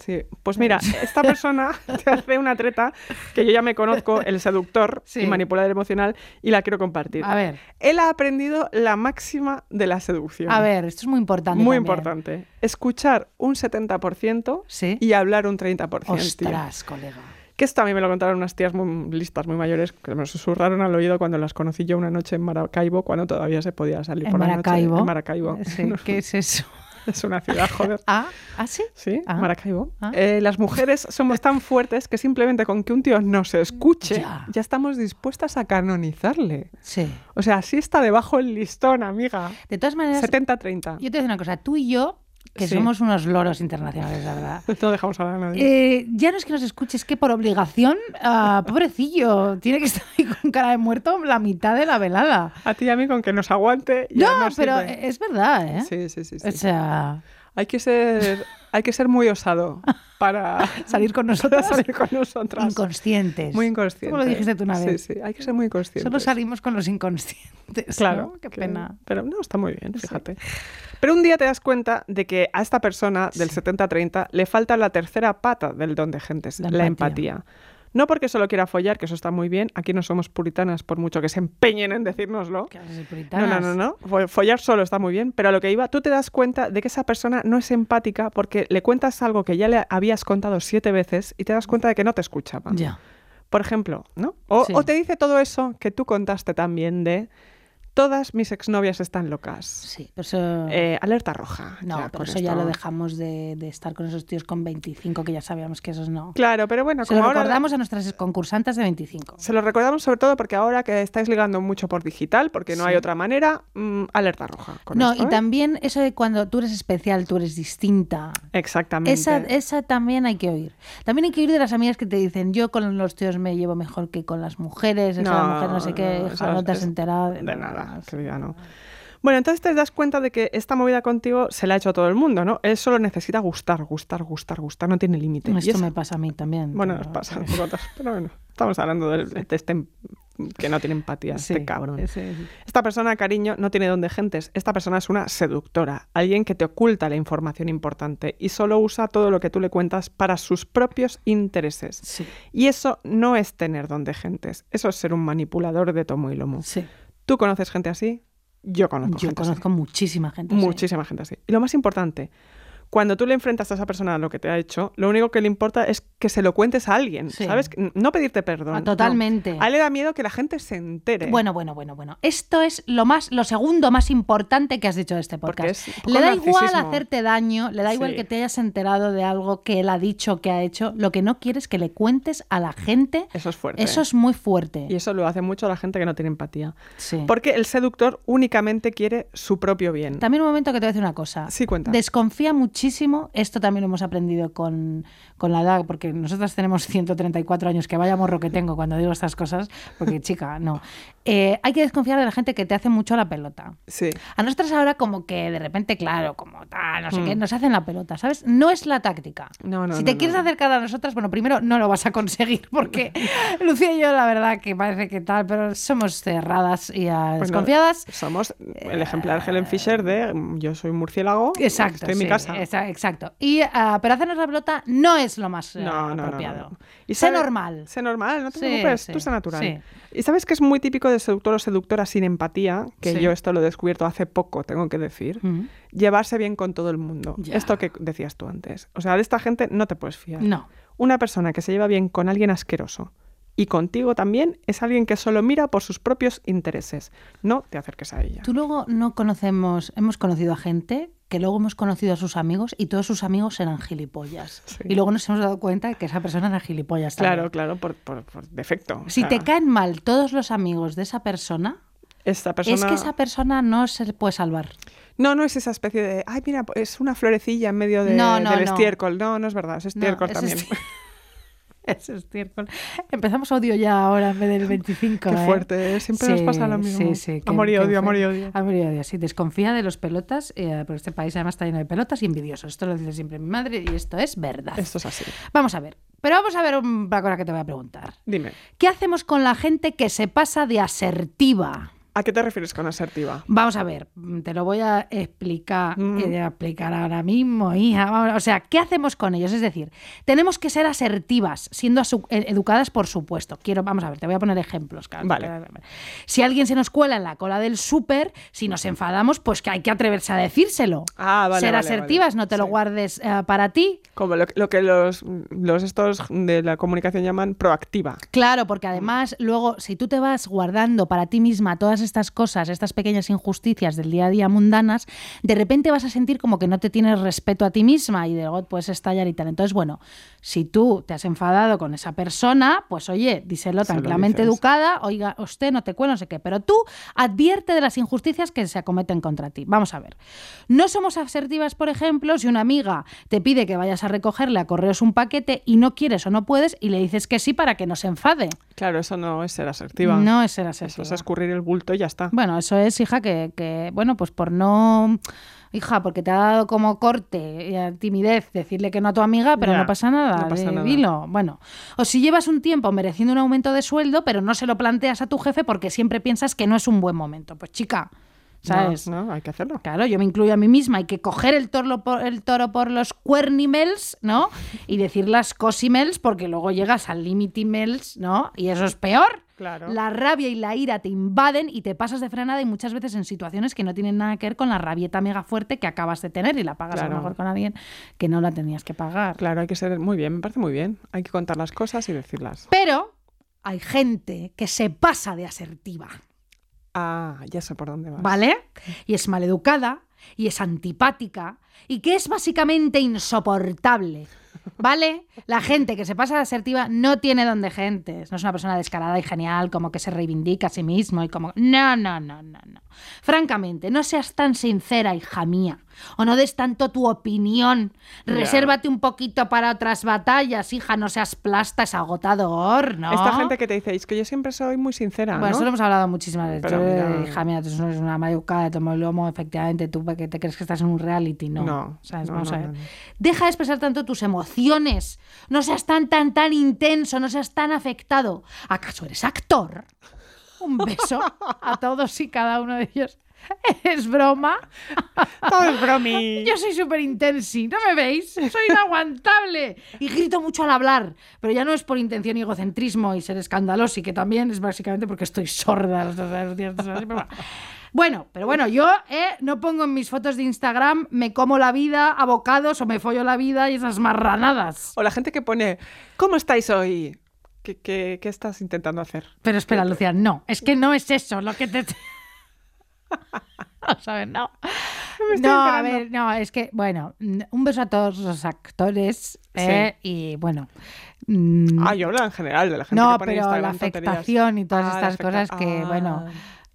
S4: Pues mira, esta persona te hace una treta que yo ya me conozco, el seductor
S3: Sí.
S4: y manipulador emocional, y la quiero compartir.
S3: A ver,
S4: Él ha aprendido la máxima de la seducción.
S3: a ver, esto es muy importante.
S4: Muy
S3: también.
S4: importante. Escuchar un 70%
S3: Sí.
S4: y hablar un 30%. tío.
S3: Ostras, colega.
S4: Que esto a mí me lo contaron unas tías muy listas, muy mayores, que me lo susurraron al oído cuando las conocí yo una noche en Maracaibo, cuando todavía se podía salir
S3: En
S4: por la
S3: Maracaibo. Eh,
S4: noche. En Maracaibo.
S3: Sí, ¿Qué es eso?
S4: Es una ciudad, joder.
S3: ¿Ah? ¿Ah, sí?
S4: Sí,
S3: Ah.
S4: Maracaibo.
S3: Ah.
S4: Eh, las mujeres somos tan fuertes que simplemente con que un tío nos escuche,
S3: Ya.
S4: ya estamos dispuestas a canonizarle.
S3: Sí.
S4: O sea, así está debajo el listón, amiga.
S3: De todas maneras,
S4: 70-30.
S3: yo te digo una cosa. Tú y yo, que
S4: Sí.
S3: somos unos loros internacionales, la verdad.
S4: No dejamos hablar a nadie.
S3: Eh, ya no es que nos escuches, que por obligación, ah, pobrecillo, tiene que estar ahí con cara de muerto la mitad de la velada.
S4: A ti y a mí con que nos aguante. ya
S3: No,
S4: nos
S3: pero
S4: sirve.
S3: es verdad, ¿eh?
S4: Sí, sí, sí. sí.
S3: O sea,
S4: Hay, que ser, hay que ser muy osado para
S3: salir con
S4: para
S3: nosotros
S4: salir con nosotras.
S3: inconscientes.
S4: Muy inconsciente.
S3: Como lo dijiste tú una vez.
S4: Sí, sí. Hay que ser muy consciente.
S3: Solo salimos con los inconscientes.
S4: Claro.
S3: ¿no? Qué
S4: que-
S3: pena.
S4: Pero no, está muy bien, fíjate. Pero un día te das cuenta de que a esta persona del 70-30 le falta la tercera pata del don de gentes,
S3: La
S4: la,
S3: empatía.
S4: empatía. No porque solo quiera follar, que eso está muy bien. Aquí no somos puritanas por mucho que se empeñen en decírnoslo.
S3: Claro, soy
S4: No,
S3: puritanas.
S4: no, no, no. Fo- Follar solo está muy bien, pero a lo que iba, tú te das cuenta de que esa persona no es empática porque le cuentas algo que ya le habías contado siete veces y te das cuenta de que no te escuchaba.
S3: Ya.
S4: Por ejemplo, ¿no? O,
S3: Sí.
S4: o te dice todo eso que tú contaste también de todas mis exnovias están locas.
S3: Sí, pero eso.
S4: Eh, alerta roja.
S3: no,
S4: ya,
S3: pero
S4: con
S3: eso ya
S4: esto.
S3: lo dejamos de, de estar con esos tíos con 25, que ya sabíamos que esos no.
S4: Claro, pero bueno,
S3: Se
S4: como
S3: lo
S4: ahora
S3: recordamos a nuestras concursantes de 25.
S4: se lo recordamos sobre todo porque ahora que estáis ligando mucho por digital, porque no
S3: Sí.
S4: hay otra manera, mm, alerta roja. con
S3: No,
S4: esto,
S3: y
S4: ¿eh?
S3: también eso de cuando tú eres especial, tú eres distinta.
S4: Exactamente.
S3: Esa, esa también hay que oír. También hay que oír de las amigas que te dicen, yo con los tíos me llevo mejor que con las mujeres, esa
S4: No,
S3: mujer no sé qué,
S4: no,
S3: hija,
S4: esas-
S3: no te has
S4: es-
S3: enterado
S4: de nada, querida, no. Bueno, entonces te das cuenta de que esta movida contigo se la ha hecho a todo el mundo, ¿no? Él solo necesita gustar, gustar, gustar, gustar, no tiene límite. Y
S3: Esto
S4: es-
S3: me pasa a mí también.
S4: Bueno,
S3: pero-
S4: nos pasa, nos pasa, pero bueno, estamos hablando del- de, este em- que no tiene empatía,
S3: Sí,
S4: este cabrón.
S3: sí, sí.
S4: Esta persona, cariño, no tiene don de gentes. Esta persona es una seductora, alguien que te oculta la información importante y solo usa todo lo que tú le cuentas para sus propios intereses.
S3: Sí,
S4: Y eso no es tener don de gentes, eso es ser un manipulador de tomo y lomo.
S3: sí.
S4: ¿Tú conoces gente así? Yo conozco
S3: Yo
S4: gente así.
S3: conozco muchísima gente. así.
S4: pues Muchísima gente así. Y lo más importante, cuando tú le enfrentas a esa persona a lo que te ha hecho, lo único que le importa es que se lo cuentes a alguien,
S3: Sí.
S4: ¿sabes? N- No pedirte perdón.
S3: Ah,
S4: no.
S3: totalmente.
S4: A él le da miedo que la gente se entere.
S3: Bueno, bueno, bueno, bueno. Esto es lo más, lo segundo más importante que has dicho de este
S4: Porque
S3: podcast.
S4: es un poco
S3: Le da igual
S4: narcisismo.
S3: hacerte daño, le da igual
S4: Sí.
S3: que te hayas enterado de algo que él ha dicho, que ha hecho. Lo que no quieres es que le cuentes a la gente.
S4: Eso es fuerte.
S3: Eso es muy fuerte.
S4: Y eso lo hace mucho la gente que no tiene empatía.
S3: Sí.
S4: Porque el seductor únicamente quiere su propio bien.
S3: También un momento que te voy a decir una cosa.
S4: Sí, cuenta.
S3: Desconfía muchísimo. Esto también lo hemos aprendido con, con la edad, porque nosotras tenemos 134 años, que vaya morro que tengo cuando digo estas cosas, porque chica, no. Eh, hay que desconfiar de la gente que te hace mucho la pelota.
S4: Sí.
S3: A nosotras ahora como que de repente, claro, como tal, no sé
S4: Mm.
S3: qué, nos hacen la pelota, ¿sabes? No es la táctica.
S4: No, no,
S3: si te
S4: no,
S3: quieres
S4: no.
S3: acercar a nosotras, bueno, primero no lo vas a conseguir porque Lucía y yo la verdad que parece que tal, pero somos cerradas y ah,
S4: Pues no,
S3: desconfiadas.
S4: somos el ejemplar Helen Fisher de mm, yo soy murciélago,
S3: Eh, Exacto,
S4: estoy en mi
S3: sí,
S4: casa.
S3: exa- exacto. Y, ah, pero hacernos la pelota no es lo más eh,
S4: No, no, no,
S3: apropiado.
S4: no, no. Y
S3: sé
S4: sabe-
S3: normal.
S4: Sé normal, no te
S3: Sí,
S4: preocupes,
S3: sí,
S4: tú sé natural.
S3: sí.
S4: Y sabes que es muy típico de seductor o seductora sin empatía, que
S3: Sí.
S4: yo esto lo he descubierto hace poco, tengo que decir,
S3: Mm.
S4: llevarse bien con todo el mundo.
S3: Ya.
S4: Esto que decías tú antes. O sea, de esta gente no te puedes fiar.
S3: No.
S4: Una persona que se lleva bien con alguien asqueroso y contigo también es alguien que solo mira por sus propios intereses. No te acerques a ella.
S3: Tú luego no conocemos, hemos conocido a gente que luego hemos conocido a sus amigos y todos sus amigos eran gilipollas.
S4: Sí.
S3: Y luego nos hemos dado cuenta de que esa persona era gilipollas.
S4: Claro,
S3: también.
S4: claro, por, por- por defecto. o
S3: Si
S4: sea,
S3: te caen mal todos los amigos de esa persona,
S4: esta persona...
S3: es que esa persona no se puede salvar.
S4: No, no es esa especie de, ay, mira, es una florecilla en medio de-
S3: No, no,
S4: del
S3: no.
S4: estiércol. No, no es verdad, es
S3: No,
S4: estiércol
S3: es
S4: también.
S3: esti- es estiércol. Empezamos odio ya ahora en vez del 25.
S4: Qué
S3: ¿eh?
S4: fuerte, ¿eh? Siempre nos pasa lo mismo.
S3: Sí, sí, qué-
S4: Amor y
S3: qué
S4: odio, amor y
S3: fuerte.
S4: odio.
S3: Amor y odio, sí. Desconfía de los pelotas, eh, pero este país además está lleno de pelotas y envidiosos. Esto lo dice siempre mi madre y esto es verdad.
S4: Esto es así.
S3: Vamos a ver. Pero vamos a ver una cosa que te voy a preguntar.
S4: Dime,
S3: ¿Qué hacemos con la gente que se pasa de asertiva?
S4: ¿a qué te refieres con asertiva?
S3: Vamos a ver, mm, te lo voy a explicar,
S4: Mm.
S3: eh, voy a explicar ahora mismo, hija. Vamos, o sea, ¿qué hacemos con ellos? Es decir, tenemos que ser asertivas, siendo asu- eh, educadas, por supuesto. Quiero, vamos a ver, te voy a poner ejemplos. claro.
S4: Vale.
S3: Si alguien se nos cuela en la cola del súper, si nos enfadamos, pues que hay que atreverse a decírselo.
S4: Ah, vale,
S3: ser
S4: vale,
S3: asertivas,
S4: vale.
S3: no te lo
S4: Sí.
S3: guardes eh, para ti.
S4: Como lo, lo que los, los estos de la comunicación llaman proactiva.
S3: Claro, porque
S4: Mm.
S3: además luego si tú te vas guardando para ti misma todas estas cosas, estas pequeñas injusticias del día a día mundanas, de repente vas a sentir como que no te tienes respeto a ti misma y de luego puedes estallar y tal. Entonces, bueno, si tú te has enfadado con esa persona, pues oye, díselo
S4: Se lo
S3: tranquilamente
S4: dices.
S3: educada, oiga, usted no te cuela, no sé qué, pero tú advierte de las injusticias que se acometen contra ti. Vamos a ver. No somos asertivas, por ejemplo, si una amiga te pide que vayas a recogerle a correos un paquete y no quieres o no puedes y le dices que sí para que no se enfade.
S4: Claro, eso no es ser asertiva.
S3: No es ser
S4: Eso
S3: asertiva.
S4: es escurrir el bulto y ya está.
S3: Bueno, eso es, hija, que, que, bueno, pues por no. Hija, porque te ha dado como corte, eh, timidez, decirle que no a tu amiga, pero
S4: Ya,
S3: no pasa nada,
S4: no pasa
S3: de-
S4: nada.
S3: dilo. Bueno, o si llevas un tiempo mereciendo un aumento de sueldo, pero no se lo planteas a tu jefe porque siempre piensas que no es un buen momento. Pues chica, ¿sabes?
S4: No, no, hay que hacerlo.
S3: Claro, yo me incluyo a mí misma. Hay que coger el, torlo por, el toro por los cuernimels, ¿no? Y decir las cosimels, porque luego llegas al limitimels, ¿no? Y eso es peor.
S4: Claro.
S3: La rabia y la ira te invaden y te pasas de frenada y muchas veces en situaciones que no tienen nada que ver con la rabieta mega fuerte que acabas de tener y la pagas a lo
S4: Claro.
S3: mejor con alguien que no la tenías que pagar.
S4: Claro, hay que ser muy bien, me parece muy bien. Hay que contar las cosas y decirlas.
S3: Pero hay gente que se pasa de asertiva.
S4: Ah, ya sé por dónde vas.
S3: ¿Vale? Y es maleducada, y es antipática, y que es básicamente insoportable. ¿Vale? La gente que se pasa de asertiva no tiene don de gentes. No es una persona descarada y genial, como que se reivindica a sí mismo y como. No, no, no, no, no. Francamente, no seas tan sincera, hija mía. O no des tanto tu opinión.
S4: Ya.
S3: Resérvate un poquito para otras batallas, hija. No seas plasta, es agotador, ¿no?
S4: Esta gente que te dice, es que yo siempre soy muy sincera.
S3: Bueno,
S4: ¿no?
S3: eso lo hemos hablado muchísimas veces.
S4: Pero
S3: Yo, eh,
S4: mira-
S3: Hija mía, tú eres una mayucada, tomo el lomo, efectivamente, tú que te crees que estás en un reality, no.
S4: No,
S3: ¿Sabes?
S4: no,
S3: Vamos
S4: no,
S3: a ver.
S4: no, no.
S3: Deja de expresar tanto tus emociones. No seas tan, tan, tan intenso, no seas tan afectado. ¿Acaso eres actor? Un beso a todos y cada uno de ellos. Es broma.
S4: Todo es bromi.
S3: Yo soy súper intensi, ¿no me veis? Soy inaguantable y grito mucho al hablar, pero ya no es por intención y egocentrismo y ser escandaloso, y que también es básicamente porque estoy sorda. los dos- los días, los días, pero bueno. Bueno, pero bueno, yo eh, no pongo en mis fotos de Instagram me como la vida, abocados o me follo la vida y esas marranadas.
S4: O la gente que pone, ¿cómo estáis hoy? ¿Qué, qué, qué estás intentando hacer?
S3: Pero espera, Lucía, no, es que no es eso lo que te... Vamos a ver, no.
S4: estoy
S3: No, a
S4: enterando.
S3: ver, no, es que, bueno, mm, un beso a todos los actores eh, y bueno. mm,
S4: Ah, yo hablo en general de la gente
S3: no,
S4: que pone en
S3: pero la
S4: Instagram tonterías.
S3: afectación y todas
S4: Ah, la
S3: estas
S4: afecta-
S3: cosas que,
S4: Ah.
S3: bueno,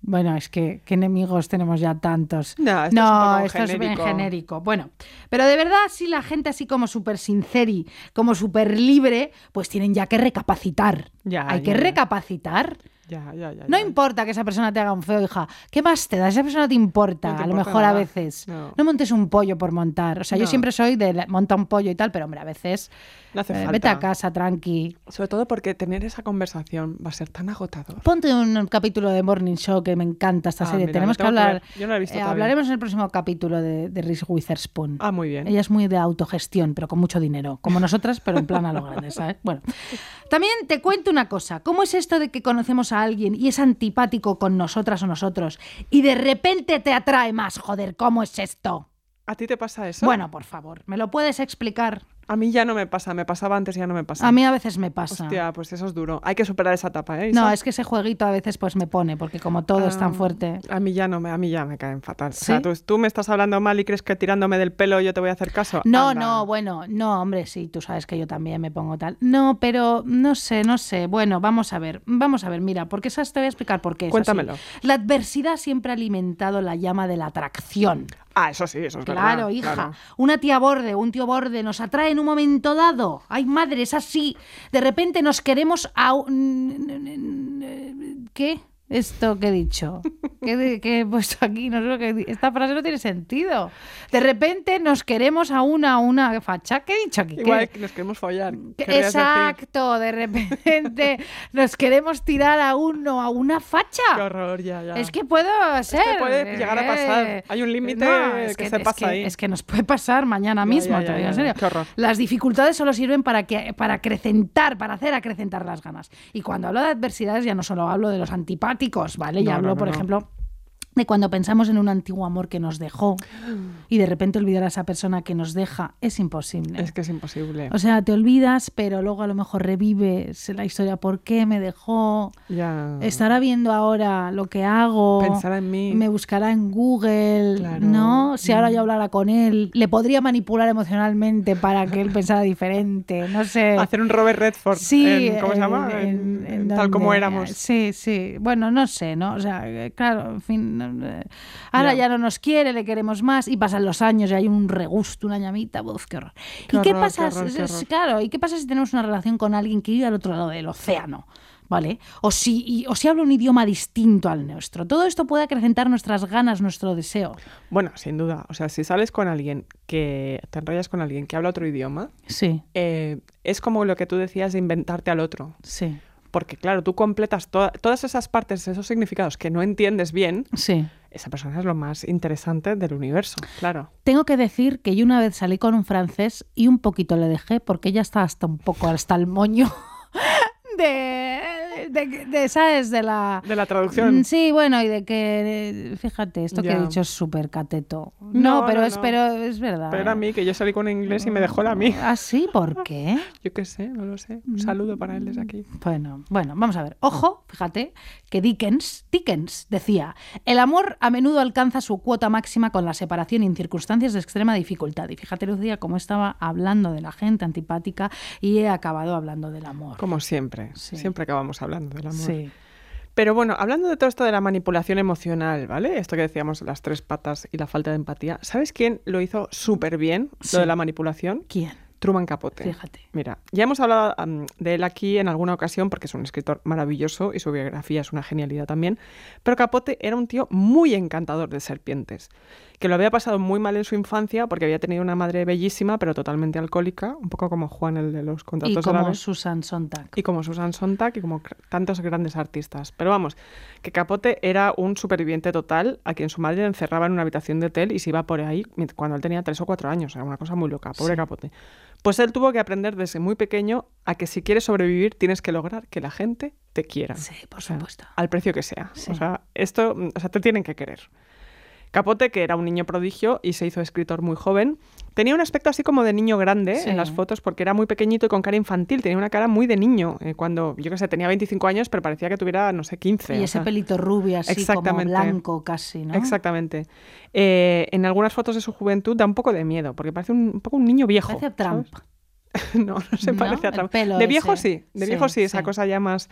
S3: Bueno, es que qué enemigos tenemos ya tantos.
S4: No, esto es un poco
S3: esto es bien
S4: genérico.
S3: genérico. Bueno, pero de verdad, si la gente así como súper sinceri, como súper libre, pues tienen ya que recapacitar.
S4: Ya,
S3: Hay
S4: ya,
S3: que
S4: ya.
S3: recapacitar.
S4: Ya, ya, ya.
S3: No
S4: ya.
S3: importa que esa persona te haga un feo, hija. ¿Qué más te da? Esa persona te importa,
S4: No te
S3: a lo
S4: importa
S3: mejor a
S4: nada.
S3: veces.
S4: No.
S3: montes un pollo por montar. O sea, yo
S4: No.
S3: siempre soy de la- monta un pollo y tal, pero hombre, a veces
S4: No hace
S3: eh,
S4: falta.
S3: vete a casa, tranqui.
S4: Sobre todo porque tener esa conversación va a ser tan agotador.
S3: Ponte un capítulo de Morning Show que me encanta esta
S4: Ah,
S3: serie.
S4: mira,
S3: Tenemos
S4: me
S3: que
S4: tengo que
S3: hablar. eh,
S4: ver. Yo no la he visto todavía.
S3: hablaremos en el próximo capítulo de, de Reese Witherspoon.
S4: Ah, muy bien.
S3: Ella es muy de autogestión, pero con mucho dinero, como nosotras, pero en plan a lo grande, ¿sabes? Bueno, también te cuento una cosa. ¿Cómo es esto de que conocemos a alguien y es antipático con nosotras o nosotros y de repente te atrae más? Joder, ¿cómo es esto?
S4: ¿A ti te pasa eso?
S3: Bueno, por favor, ¿me lo puedes explicar?
S4: A mí ya no me pasa, me pasaba antes y ya no me pasa.
S3: A mí a veces me pasa.
S4: Hostia, pues eso es duro. Hay que superar esa etapa, ¿eh?
S3: No,
S4: Isa?
S3: es que ese jueguito a veces pues me pone, porque como todo es
S4: Ah,
S3: tan fuerte.
S4: A mí ya no me, a mí ya me caen fatal. O sea,
S3: ¿Sí?
S4: tú, tú me estás hablando mal y crees que tirándome del pelo yo te voy a hacer caso.
S3: No,
S4: Anda.
S3: no, bueno, no, hombre, sí, tú sabes que yo también me pongo tal. No, pero no sé, no sé. Bueno, vamos a ver, vamos a ver, mira, porque esas te voy a explicar por qué. es así.
S4: Cuéntamelo.
S3: La adversidad siempre ha alimentado la llama de la atracción.
S4: Ah, eso sí, eso es verdad.
S3: Claro, hija.
S4: claro.
S3: Una tía borde, un tío borde nos atrae en un momento dado. Ay, madre, es así. De repente nos queremos a... un- ¿Qué? Esto que he dicho. ¿Qué, de- qué he puesto aquí? No sé lo que he di- Esta frase no tiene sentido. De repente nos queremos a una, a una facha. ¿Qué he dicho aquí? ¿Qué-
S4: Igual que nos queremos follar.
S3: que-
S4: querrías decir.
S3: Exacto, de repente nos queremos tirar a uno, a una facha.
S4: Qué horror, ya, ya.
S3: Es que puedo ser.
S4: puede llegar a pasar. Hay un límite que se pasa ahí.
S3: Es que nos puede pasar mañana
S4: Ya,
S3: mismo,
S4: ya,
S3: te
S4: ya,
S3: lo digo en
S4: ya.
S3: serio.
S4: Qué horror.
S3: Las dificultades solo sirven para, que, para acrecentar, para hacer acrecentar las ganas. Y cuando hablo de adversidades ya no solo hablo de los antipáticos, ¿vale? Ya
S4: No, no,
S3: hablo,
S4: no,
S3: por
S4: no.
S3: ejemplo, de cuando pensamos en un antiguo amor que nos dejó y de repente olvidar a esa persona que nos deja es imposible.
S4: Es que es imposible.
S3: O sea, te olvidas, pero luego a lo mejor revives la historia. ¿Por qué me dejó?
S4: ya.
S3: Estará viendo ahora lo que hago.
S4: Pensará en mí.
S3: Me buscará en Google.
S4: Claro. Mm.
S3: ¿No? Si ahora yo hablara con él, le podría manipular emocionalmente para que él pensara diferente. No sé.
S4: Hacer un Robert Redford.
S3: Sí,
S4: en- ¿Cómo se
S3: en-
S4: llama?
S3: en-
S4: En-
S3: en
S4: en tal como
S3: donde-
S4: éramos.
S3: Sí, sí. Bueno, no sé, ¿no? O sea, eh, claro, en fin. no, eh, Ahora
S4: Ya.
S3: ya no nos quiere, le queremos más y pasan los años y hay un regusto, una llamita. Uf, qué horror.
S4: Qué
S3: ¿Y qué
S4: horror, qué
S3: pasa?
S4: horror, qué
S3: es- es-
S4: horror.
S3: Claro, ¿y qué pasa si tenemos una relación con alguien que vive al otro lado del océano? ¿Vale? O si, y- o si habla un idioma distinto al nuestro. Todo esto puede acrecentar nuestras ganas, nuestro deseo.
S4: Bueno, sin duda. O sea, si sales con alguien que te enrollas con alguien que habla otro idioma,
S3: Sí,
S4: eh, es como lo que tú decías de inventarte al otro.
S3: sí,
S4: Porque claro, tú completas to- todas esas partes, esos significados que no entiendes bien,
S3: sí.
S4: esa persona es lo más interesante del universo, claro.
S3: Tengo que decir que yo una vez salí con un francés y un poquito le dejé porque ya está hasta un poco hasta el moño de, de, de, ¿sabes? De la... Mm,
S4: De la traducción.
S3: Sí, bueno, y de que, eh, fíjate, esto que
S4: Ya.
S3: he dicho es súper cateto. No,
S4: No,
S3: pero,
S4: no,
S3: es,
S4: no.
S3: pero es verdad.
S4: Pero era a
S3: ¿eh?
S4: mí, que yo salí con inglés y me dejó la mí.
S3: ¿Ah, sí? ¿Por qué?
S4: Yo qué sé, no lo sé.
S3: Mm.
S4: Un saludo para él desde aquí.
S3: Bueno, bueno, vamos a ver. Ojo, fíjate, que Dickens, Dickens decía, el amor a menudo alcanza su cuota máxima con la separación y en circunstancias de extrema dificultad. Y fíjate, Lucía, cómo estaba hablando de la gente antipática y he acabado hablando del amor.
S4: Como siempre,
S3: Sí.
S4: siempre acabamos hablando del amor.
S3: Sí.
S4: Pero bueno, hablando de todo esto de la manipulación emocional, ¿vale? Esto que decíamos, las tres patas y la falta de empatía. ¿Sabes quién lo hizo súper bien,
S3: Sí.
S4: lo de la manipulación?
S3: ¿Quién?
S4: Truman Capote.
S3: Fíjate.
S4: Mira, ya hemos hablado am, de él aquí en alguna ocasión porque es un escritor maravilloso y su biografía es una genialidad también, pero Capote era un tío muy encantador de serpientes, que lo había pasado muy mal en su infancia porque había tenido una madre bellísima pero totalmente alcohólica, un poco como Juan el de los
S3: Y
S4: contratos
S3: como
S4: árabes.
S3: Susan Sontag.
S4: Y como Susan Sontag y como cr- tantos grandes artistas. Pero vamos, que Capote era un superviviente total a quien su madre le encerraba en una habitación de hotel y se iba por ahí mient- cuando él tenía tres o cuatro años. Era una cosa muy loca, pobre Capote. Pues él tuvo que aprender desde muy pequeño a que si quieres sobrevivir tienes que lograr que la gente te quiera.
S3: Sí, por
S4: O sea,
S3: supuesto.
S4: al precio que sea.
S3: Sí.
S4: O sea, esto, mm, o sea, te tienen que querer. Capote, que era un niño prodigio y se hizo escritor muy joven, tenía un aspecto así como de niño grande
S3: Sí.
S4: en las fotos porque era muy pequeñito y con cara infantil, tenía una cara muy de niño, eh, cuando yo que sé, tenía 25 años pero parecía que tuviera, no sé, 15.
S3: Y
S4: o
S3: ese
S4: sea.
S3: pelito rubio así, como
S4: Exactamente.
S3: blanco casi, ¿no?
S4: Exactamente. Eh, en algunas fotos de su juventud da un poco de miedo porque parece un, un poco un niño viejo.
S3: Parece a
S4: ¿sabes?
S3: Trump.
S4: no, no se
S3: ¿No?
S4: parece a
S3: El
S4: Trump.
S3: pelo
S4: de viejo
S3: ese.
S4: sí, de
S3: Sí,
S4: viejo sí, esa
S3: sí.
S4: cosa ya más,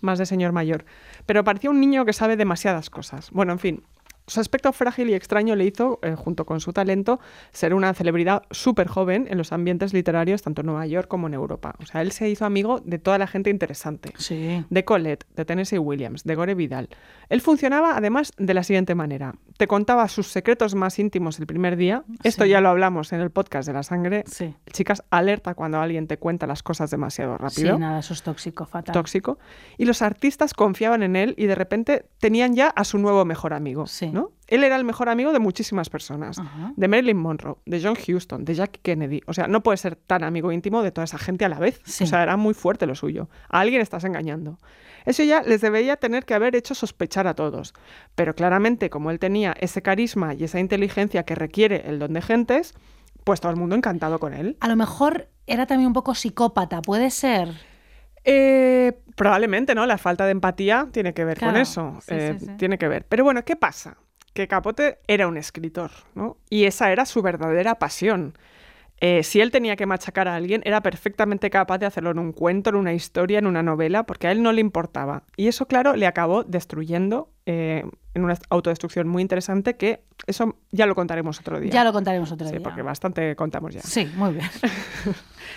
S4: más de señor mayor. Pero parecía un niño que sabe demasiadas cosas. Bueno, en fin, su aspecto frágil y extraño le hizo, eh, junto con su talento, ser una celebridad súper joven en los ambientes literarios, tanto en Nueva York como en Europa. O sea, él se hizo amigo de toda la gente interesante.
S3: Sí.
S4: De Colette, de Tennessee Williams, de Gore Vidal. Él funcionaba además de la siguiente manera. Te contaba sus secretos más íntimos el primer día. Esto
S3: Sí.
S4: ya lo hablamos en el podcast de la sangre.
S3: Sí.
S4: Chicas, alerta cuando alguien te cuenta las cosas demasiado
S3: Sí,
S4: rápido
S3: nada, eso es tóxico, fatal.
S4: tóxico. Y los artistas confiaban en él y de repente tenían ya a su nuevo mejor amigo.
S3: Sí.
S4: ¿no? Él era el mejor amigo de muchísimas personas.
S3: Ajá.
S4: De Marilyn Monroe, de John Houston, de Jack Kennedy. O sea, no puede ser tan amigo íntimo de toda esa gente a la vez.
S3: Sí.
S4: O sea, era muy fuerte lo suyo. A alguien estás engañando. Eso ya les debería tener que haber hecho sospechar a todos. Pero claramente, como él tenía ese carisma y esa inteligencia que requiere el don de gentes, pues todo el mundo encantado con él.
S3: A lo mejor era también un poco psicópata, puede ser.
S4: Eh, probablemente, ¿no? La falta de empatía tiene que ver con
S3: Claro,
S4: eso.
S3: sí,
S4: eh,
S3: sí, sí.
S4: Tiene que ver. Pero bueno, ¿qué pasa? Que Capote era un escritor, ¿no? Y esa era su verdadera pasión. Eh, si él tenía que machacar a alguien, era perfectamente capaz de hacerlo en un cuento, en una historia, en una novela, porque a él no le importaba. Y eso, claro, le acabó destruyendo eh, en una autodestrucción muy interesante que eso ya lo contaremos otro día.
S3: Ya lo contaremos otro
S4: Sí,
S3: día.
S4: porque bastante contamos ya.
S3: Sí, muy bien.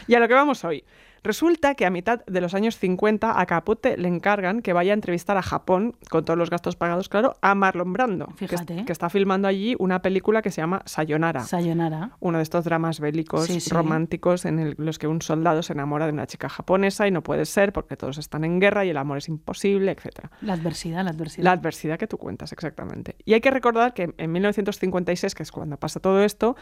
S4: Y a lo que vamos hoy. Resulta que a mitad de los años 50 a Capote le encargan que vaya a entrevistar a Japón, con todos los gastos pagados, claro, a Marlon Brando, que, es-
S3: Fíjate.
S4: que está filmando allí una película que se llama Sayonara,
S3: Sayonara.
S4: uno de estos dramas bélicos
S3: Sí, sí.
S4: románticos en el- los que un soldado se enamora de una chica japonesa y no puede ser porque todos están en guerra y el amor es imposible, etcétera.
S3: La adversidad, la adversidad.
S4: La adversidad que tú cuentas, exactamente. Y hay que recordar que en 1956, que es cuando pasa todo esto,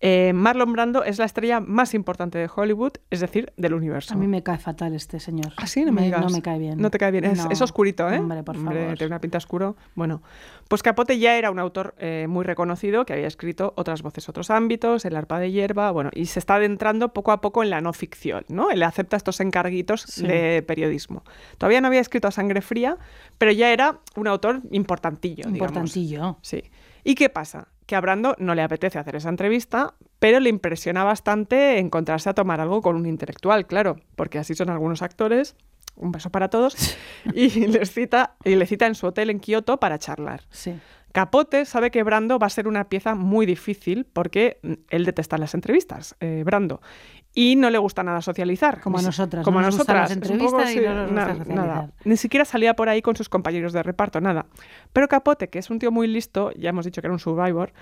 S4: eh, Marlon Brando es la estrella más importante de Hollywood, es decir, del universo.
S3: A mí me cae fatal este señor.
S4: Ah, sí, no me, digas.
S3: No me cae bien.
S4: No te cae bien. Es,
S3: No.
S4: es oscurito, ¿eh?
S3: Hombre, por favor.
S4: tiene una pinta oscuro. Bueno, pues Capote ya era un autor eh, muy reconocido que había escrito otras voces, otros ámbitos, el arpa de hierba, bueno, y se está adentrando poco a poco en la no ficción, ¿no? Él acepta estos encarguitos
S3: Sí.
S4: de periodismo. Todavía no había escrito a sangre fría, pero ya era un autor importantillo, digamos.
S3: Importantillo.
S4: Sí. ¿Y qué pasa? Que a Brando no le apetece hacer esa entrevista, pero le impresiona bastante encontrarse a tomar algo con un intelectual, claro, porque así son algunos actores. Un beso para todos. Y, les cita, y le cita en su hotel en Kioto para charlar.
S3: Sí.
S4: Capote sabe que Brando va a ser una pieza muy difícil porque mm, él detesta las entrevistas, eh, Brando. Y no le gusta nada socializar.
S3: Como a
S4: Ni si-
S3: nosotras,
S4: Como
S3: no
S4: a
S3: nos gustan
S4: nosotras.
S3: las
S4: es un poco
S3: entrevistas y
S4: así,
S3: no nos gusta
S4: na-
S3: socializar.
S4: nada. Ni siquiera salía por ahí con sus compañeros de reparto, nada. Pero Capote, que es un tío muy listo, ya hemos dicho que era un survivor,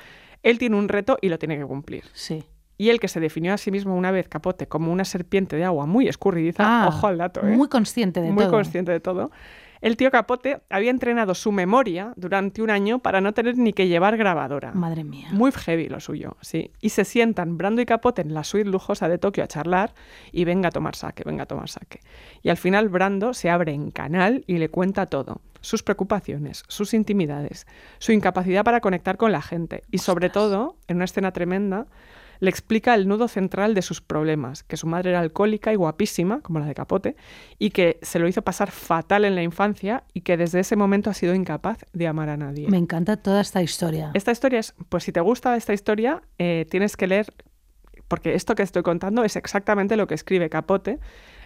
S4: él tiene un reto y lo tiene que cumplir.
S3: Sí.
S4: Y él que se definió a sí mismo una vez, Capote, como una serpiente de agua muy escurridiza,
S3: Ah,
S4: ojo al dato, ¿eh?
S3: Muy consciente de
S4: muy
S3: todo.
S4: consciente de todo. El tío Capote había entrenado su memoria durante un año para no tener ni que llevar grabadora.
S3: Madre mía.
S4: Muy heavy lo suyo, sí. Y se sientan Brando y Capote en la suite lujosa de Tokio a charlar y venga a tomar saque, venga a tomar saque. Y al final Brando se abre en canal y le cuenta todo. Sus preocupaciones, sus intimidades, su incapacidad para conectar con la gente. Y sobre todo, en una escena tremenda, le explica el nudo central de sus problemas, que su madre era alcohólica y guapísima, como la de Capote, y que se lo hizo pasar fatal en la infancia y que desde ese momento ha sido incapaz de amar a nadie.
S3: Me encanta toda esta historia.
S4: Esta historia es, pues si te gusta esta historia, eh, tienes que leer, porque esto que estoy contando es exactamente lo que escribe Capote,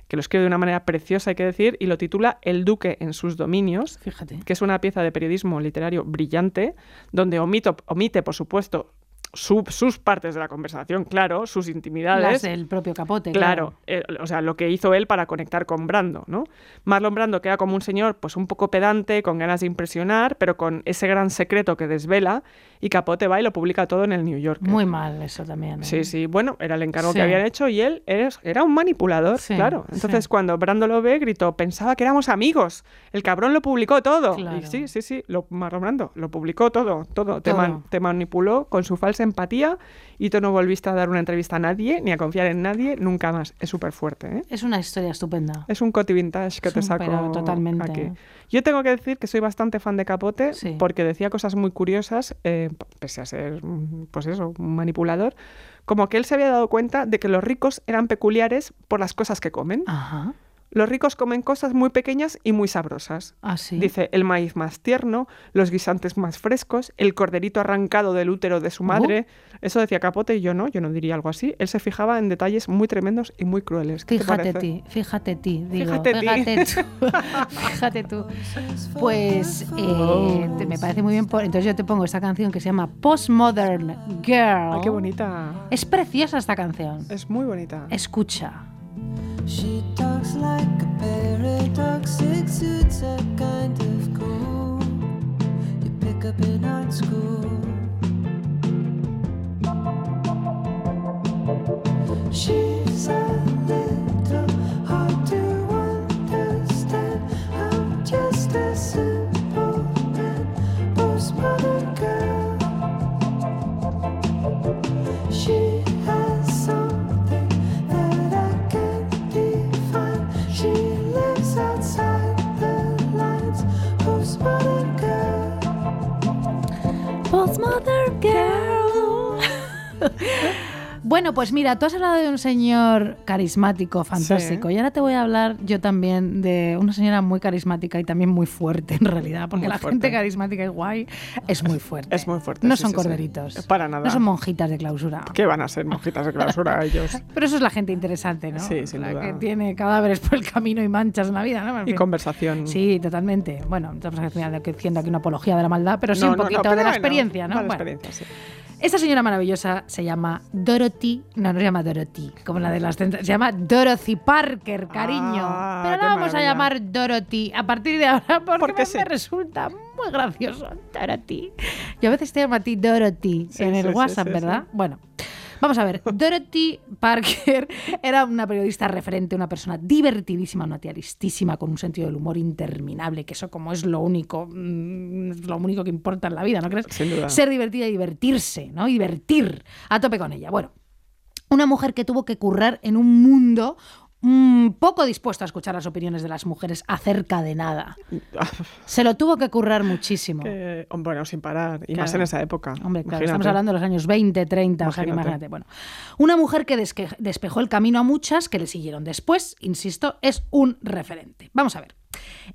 S4: que lo escribe de una manera preciosa, hay que decir, y lo titula El Duque en sus dominios,
S3: Fíjate.
S4: que es una pieza de periodismo literario brillante, donde omito, omite, por supuesto, su- sus partes de la conversación, claro, sus
S3: Las
S4: intimidades.
S3: del propio capote.
S4: ¿eh? Claro,
S3: Claro.
S4: eh, o sea, lo que hizo él para conectar con Brando, ¿no? Marlon Brando queda como un señor, pues un poco pedante, con ganas de impresionar, pero con ese gran secreto que desvela, y Capote va y lo publica todo en el New York.
S3: Muy mal eso también. ¿eh?
S4: Sí, sí, bueno, era el encargo
S3: Sí.
S4: que habían hecho y él es- era un manipulador,
S3: Sí,
S4: claro. Entonces,
S3: sí.
S4: cuando Brando lo ve, gritó, pensaba que éramos amigos, el cabrón lo publicó todo.
S3: Claro.
S4: Y sí, sí, sí, lo, Marlon Brando lo publicó todo, todo. Te,
S3: Todo.
S4: man- te manipuló con su falsa empatía y tú no volviste a dar una entrevista a nadie, ni a confiar en nadie, nunca más. Es súper fuerte, ¿eh?
S3: Es una historia estupenda.
S4: Es un coti vintage que
S3: Es
S4: te
S3: un
S4: saco
S3: pero totalmente.
S4: aquí. Yo tengo que decir que soy bastante fan de Capote
S3: Sí.
S4: porque decía cosas muy curiosas, eh, p- pese a ser, mm, pues eso, un manipulador,
S3: Ah.
S4: como que él se había dado cuenta de que los ricos eran peculiares por las cosas que comen.
S3: Ajá.
S4: Los ricos comen cosas muy pequeñas y muy sabrosas.
S3: Así.
S4: Dice el maíz más tierno, los guisantes más frescos, el corderito arrancado del útero de su madre. Eso decía Capote y yo no, yo no diría algo así. Él se fijaba en detalles muy tremendos y muy crueles. ¿Qué te
S3: Fíjate
S4: parece?
S3: ti, fíjate ti, digo,
S4: Fíjate ti.
S3: fíjate tú, fíjate tú. Pues eh, te- me parece muy bien, por- entonces yo te pongo esta canción que se llama Postmodern Girl.
S4: Ay, qué bonita.
S3: Es preciosa esta canción.
S4: Es muy bonita.
S3: Escucha.
S6: She talks like a paradox, exudes a kind of cool you pick up in art school. She's a little hard to understand. I'm just a simple man, postmodern girl. She has something that I can't define. She lives outside the lines. Postmodern girl.
S3: Postmodern Girl. Bueno, pues mira, tú has hablado de un señor carismático, fantástico,
S4: Sí.
S3: y ahora te voy a hablar yo también de una señora muy carismática y también muy fuerte en realidad, porque
S4: Muy
S3: la
S4: fuerte.
S3: gente carismática y guay es muy fuerte.
S4: Es muy fuerte,
S3: No
S4: sí,
S3: son
S4: sí, sí.
S3: corderitos.
S4: Para nada.
S3: No son monjitas de clausura.
S4: ¿Qué van a ser mojitas de clausura ellos?
S3: Pero eso es la gente interesante, ¿no?
S4: Sí, sin
S3: la
S4: duda.
S3: que tiene cadáveres por el camino y manchas en la vida, ¿no? En
S4: Y
S3: fin.
S4: conversación.
S3: Sí, totalmente. Bueno, estamos haciendo aquí- haciendo aquí una apología de la maldad, pero sí
S4: No,
S3: un
S4: no, no,
S3: poquito de
S4: pero
S3: la
S4: bueno,
S3: experiencia, ¿no?
S4: de la
S3: Bueno.
S4: experiencia, sí.
S3: Esta señora maravillosa se llama Dorothy, no, no se llama Dorothy, como la de las cent- se llama Dorothy Parker, cariño.
S4: Ah,
S3: Pero la
S4: qué
S3: vamos a
S4: maravilla.
S3: llamar Dorothy a partir de ahora porque,
S4: Porque
S3: me,
S4: sí.
S3: me resulta muy gracioso, Dorothy. Yo a veces te llamo a ti Dorothy
S4: Sí,
S3: en el
S4: sí, sí,
S3: WhatsApp,
S4: sí,
S3: ¿verdad?
S4: sí.
S3: Bueno. Vamos a ver, Dorothy Parker era una periodista referente, una persona divertidísima, una tía listísima, con un sentido del humor interminable, que eso como es lo único, mm, es lo único que importa en la vida, ¿no crees?
S4: Sin duda.
S3: Ser divertida y divertirse, ¿no? Y Divertir a tope con ella. Bueno, una mujer que tuvo que currar en un mundo mm, poco dispuesto a escuchar las opiniones de las mujeres acerca de nada. Se lo tuvo que currar muchísimo.
S4: Eh, bueno, sin parar. Y más en
S3: Claro.
S4: esa época.
S3: Hombre, claro,
S4: Imagínate.
S3: estamos hablando de los años 20, 30, o sea que
S4: Imagínate.
S3: imagínate. Bueno, una mujer que desque- despejó el camino a muchas que le siguieron después, insisto, es un referente. Vamos a ver.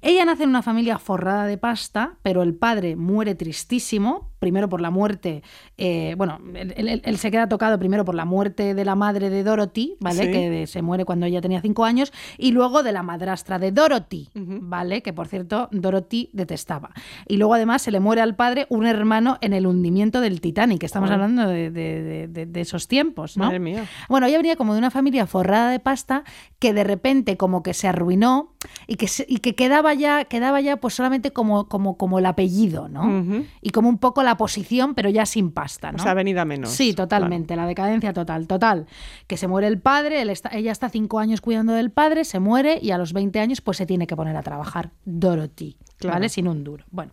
S3: Ella nace en una familia forrada de pasta, pero el padre muere tristísimo, primero por la muerte, eh, bueno, él, él- él se queda tocado primero por la muerte de la madre de Dorothy, ¿vale?
S4: Sí.
S3: Que de- se muere cuando ella tenía cinco años, y luego de la madrastra de Dorothy, ¿vale? Que por cierto, Dorothy detestaba. Y luego además se le muere al padre un hermano en el hundimiento del Titanic, que estamos
S4: Joder.
S3: hablando de, de- de- de- de esos tiempos, ¿no?
S4: Madre mía.
S3: Bueno, ella venía como de una familia forrada de pasta que de repente como que se arruinó y que, se- y que quedaba ya, quedaba ya pues solamente como, como, como el apellido, ¿no?
S4: Ujú.
S3: Y como un poco la posición, pero ya sin pasta, ¿no?
S4: Mm. O sea, avenida menos.
S3: Sí, totalmente, la decadencia total, total. Que se muere el padre, él está- ella está cinco años cuidando del padre, se muere y a los 20 años pues se tiene que poner a trabajar Dorothy,
S4: Claro.
S3: ¿vale? Sin un duro. Bueno.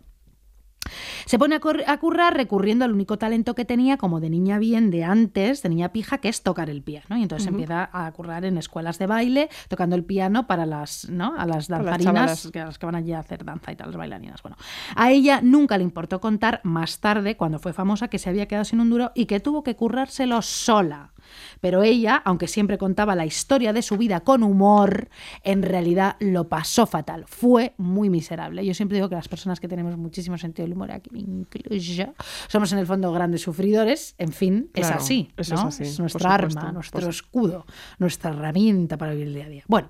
S3: Se pone a, cor- a currar recurriendo al único talento que tenía como de niña bien de antes, de niña pija, que es tocar el piano. Y entonces empieza a currar en escuelas de baile, tocando el piano para las, ¿no? a las
S4: las
S3: danzarinas,
S4: chavalas.
S3: que- a las que van allí a hacer danza y tal, las bailarinas. Bueno, a ella nunca le importó contar más tarde, cuando fue famosa, que se había quedado sin un duro y que tuvo que currárselo sola. Pero ella, aunque siempre contaba la historia de su vida con humor, en realidad lo pasó fatal. Fue muy miserable. Yo siempre digo que las personas que tenemos muchísimo sentido del humor, aquí me incluyo, somos en el fondo grandes sufridores. En fin, es
S4: Claro,
S3: así.
S4: eso
S3: ¿no?
S4: es así, por
S3: nuestra
S4: supuesto,
S3: arma,
S4: por
S3: nuestro
S4: supuesto.
S3: escudo, nuestra herramienta para vivir el día a día. Bueno,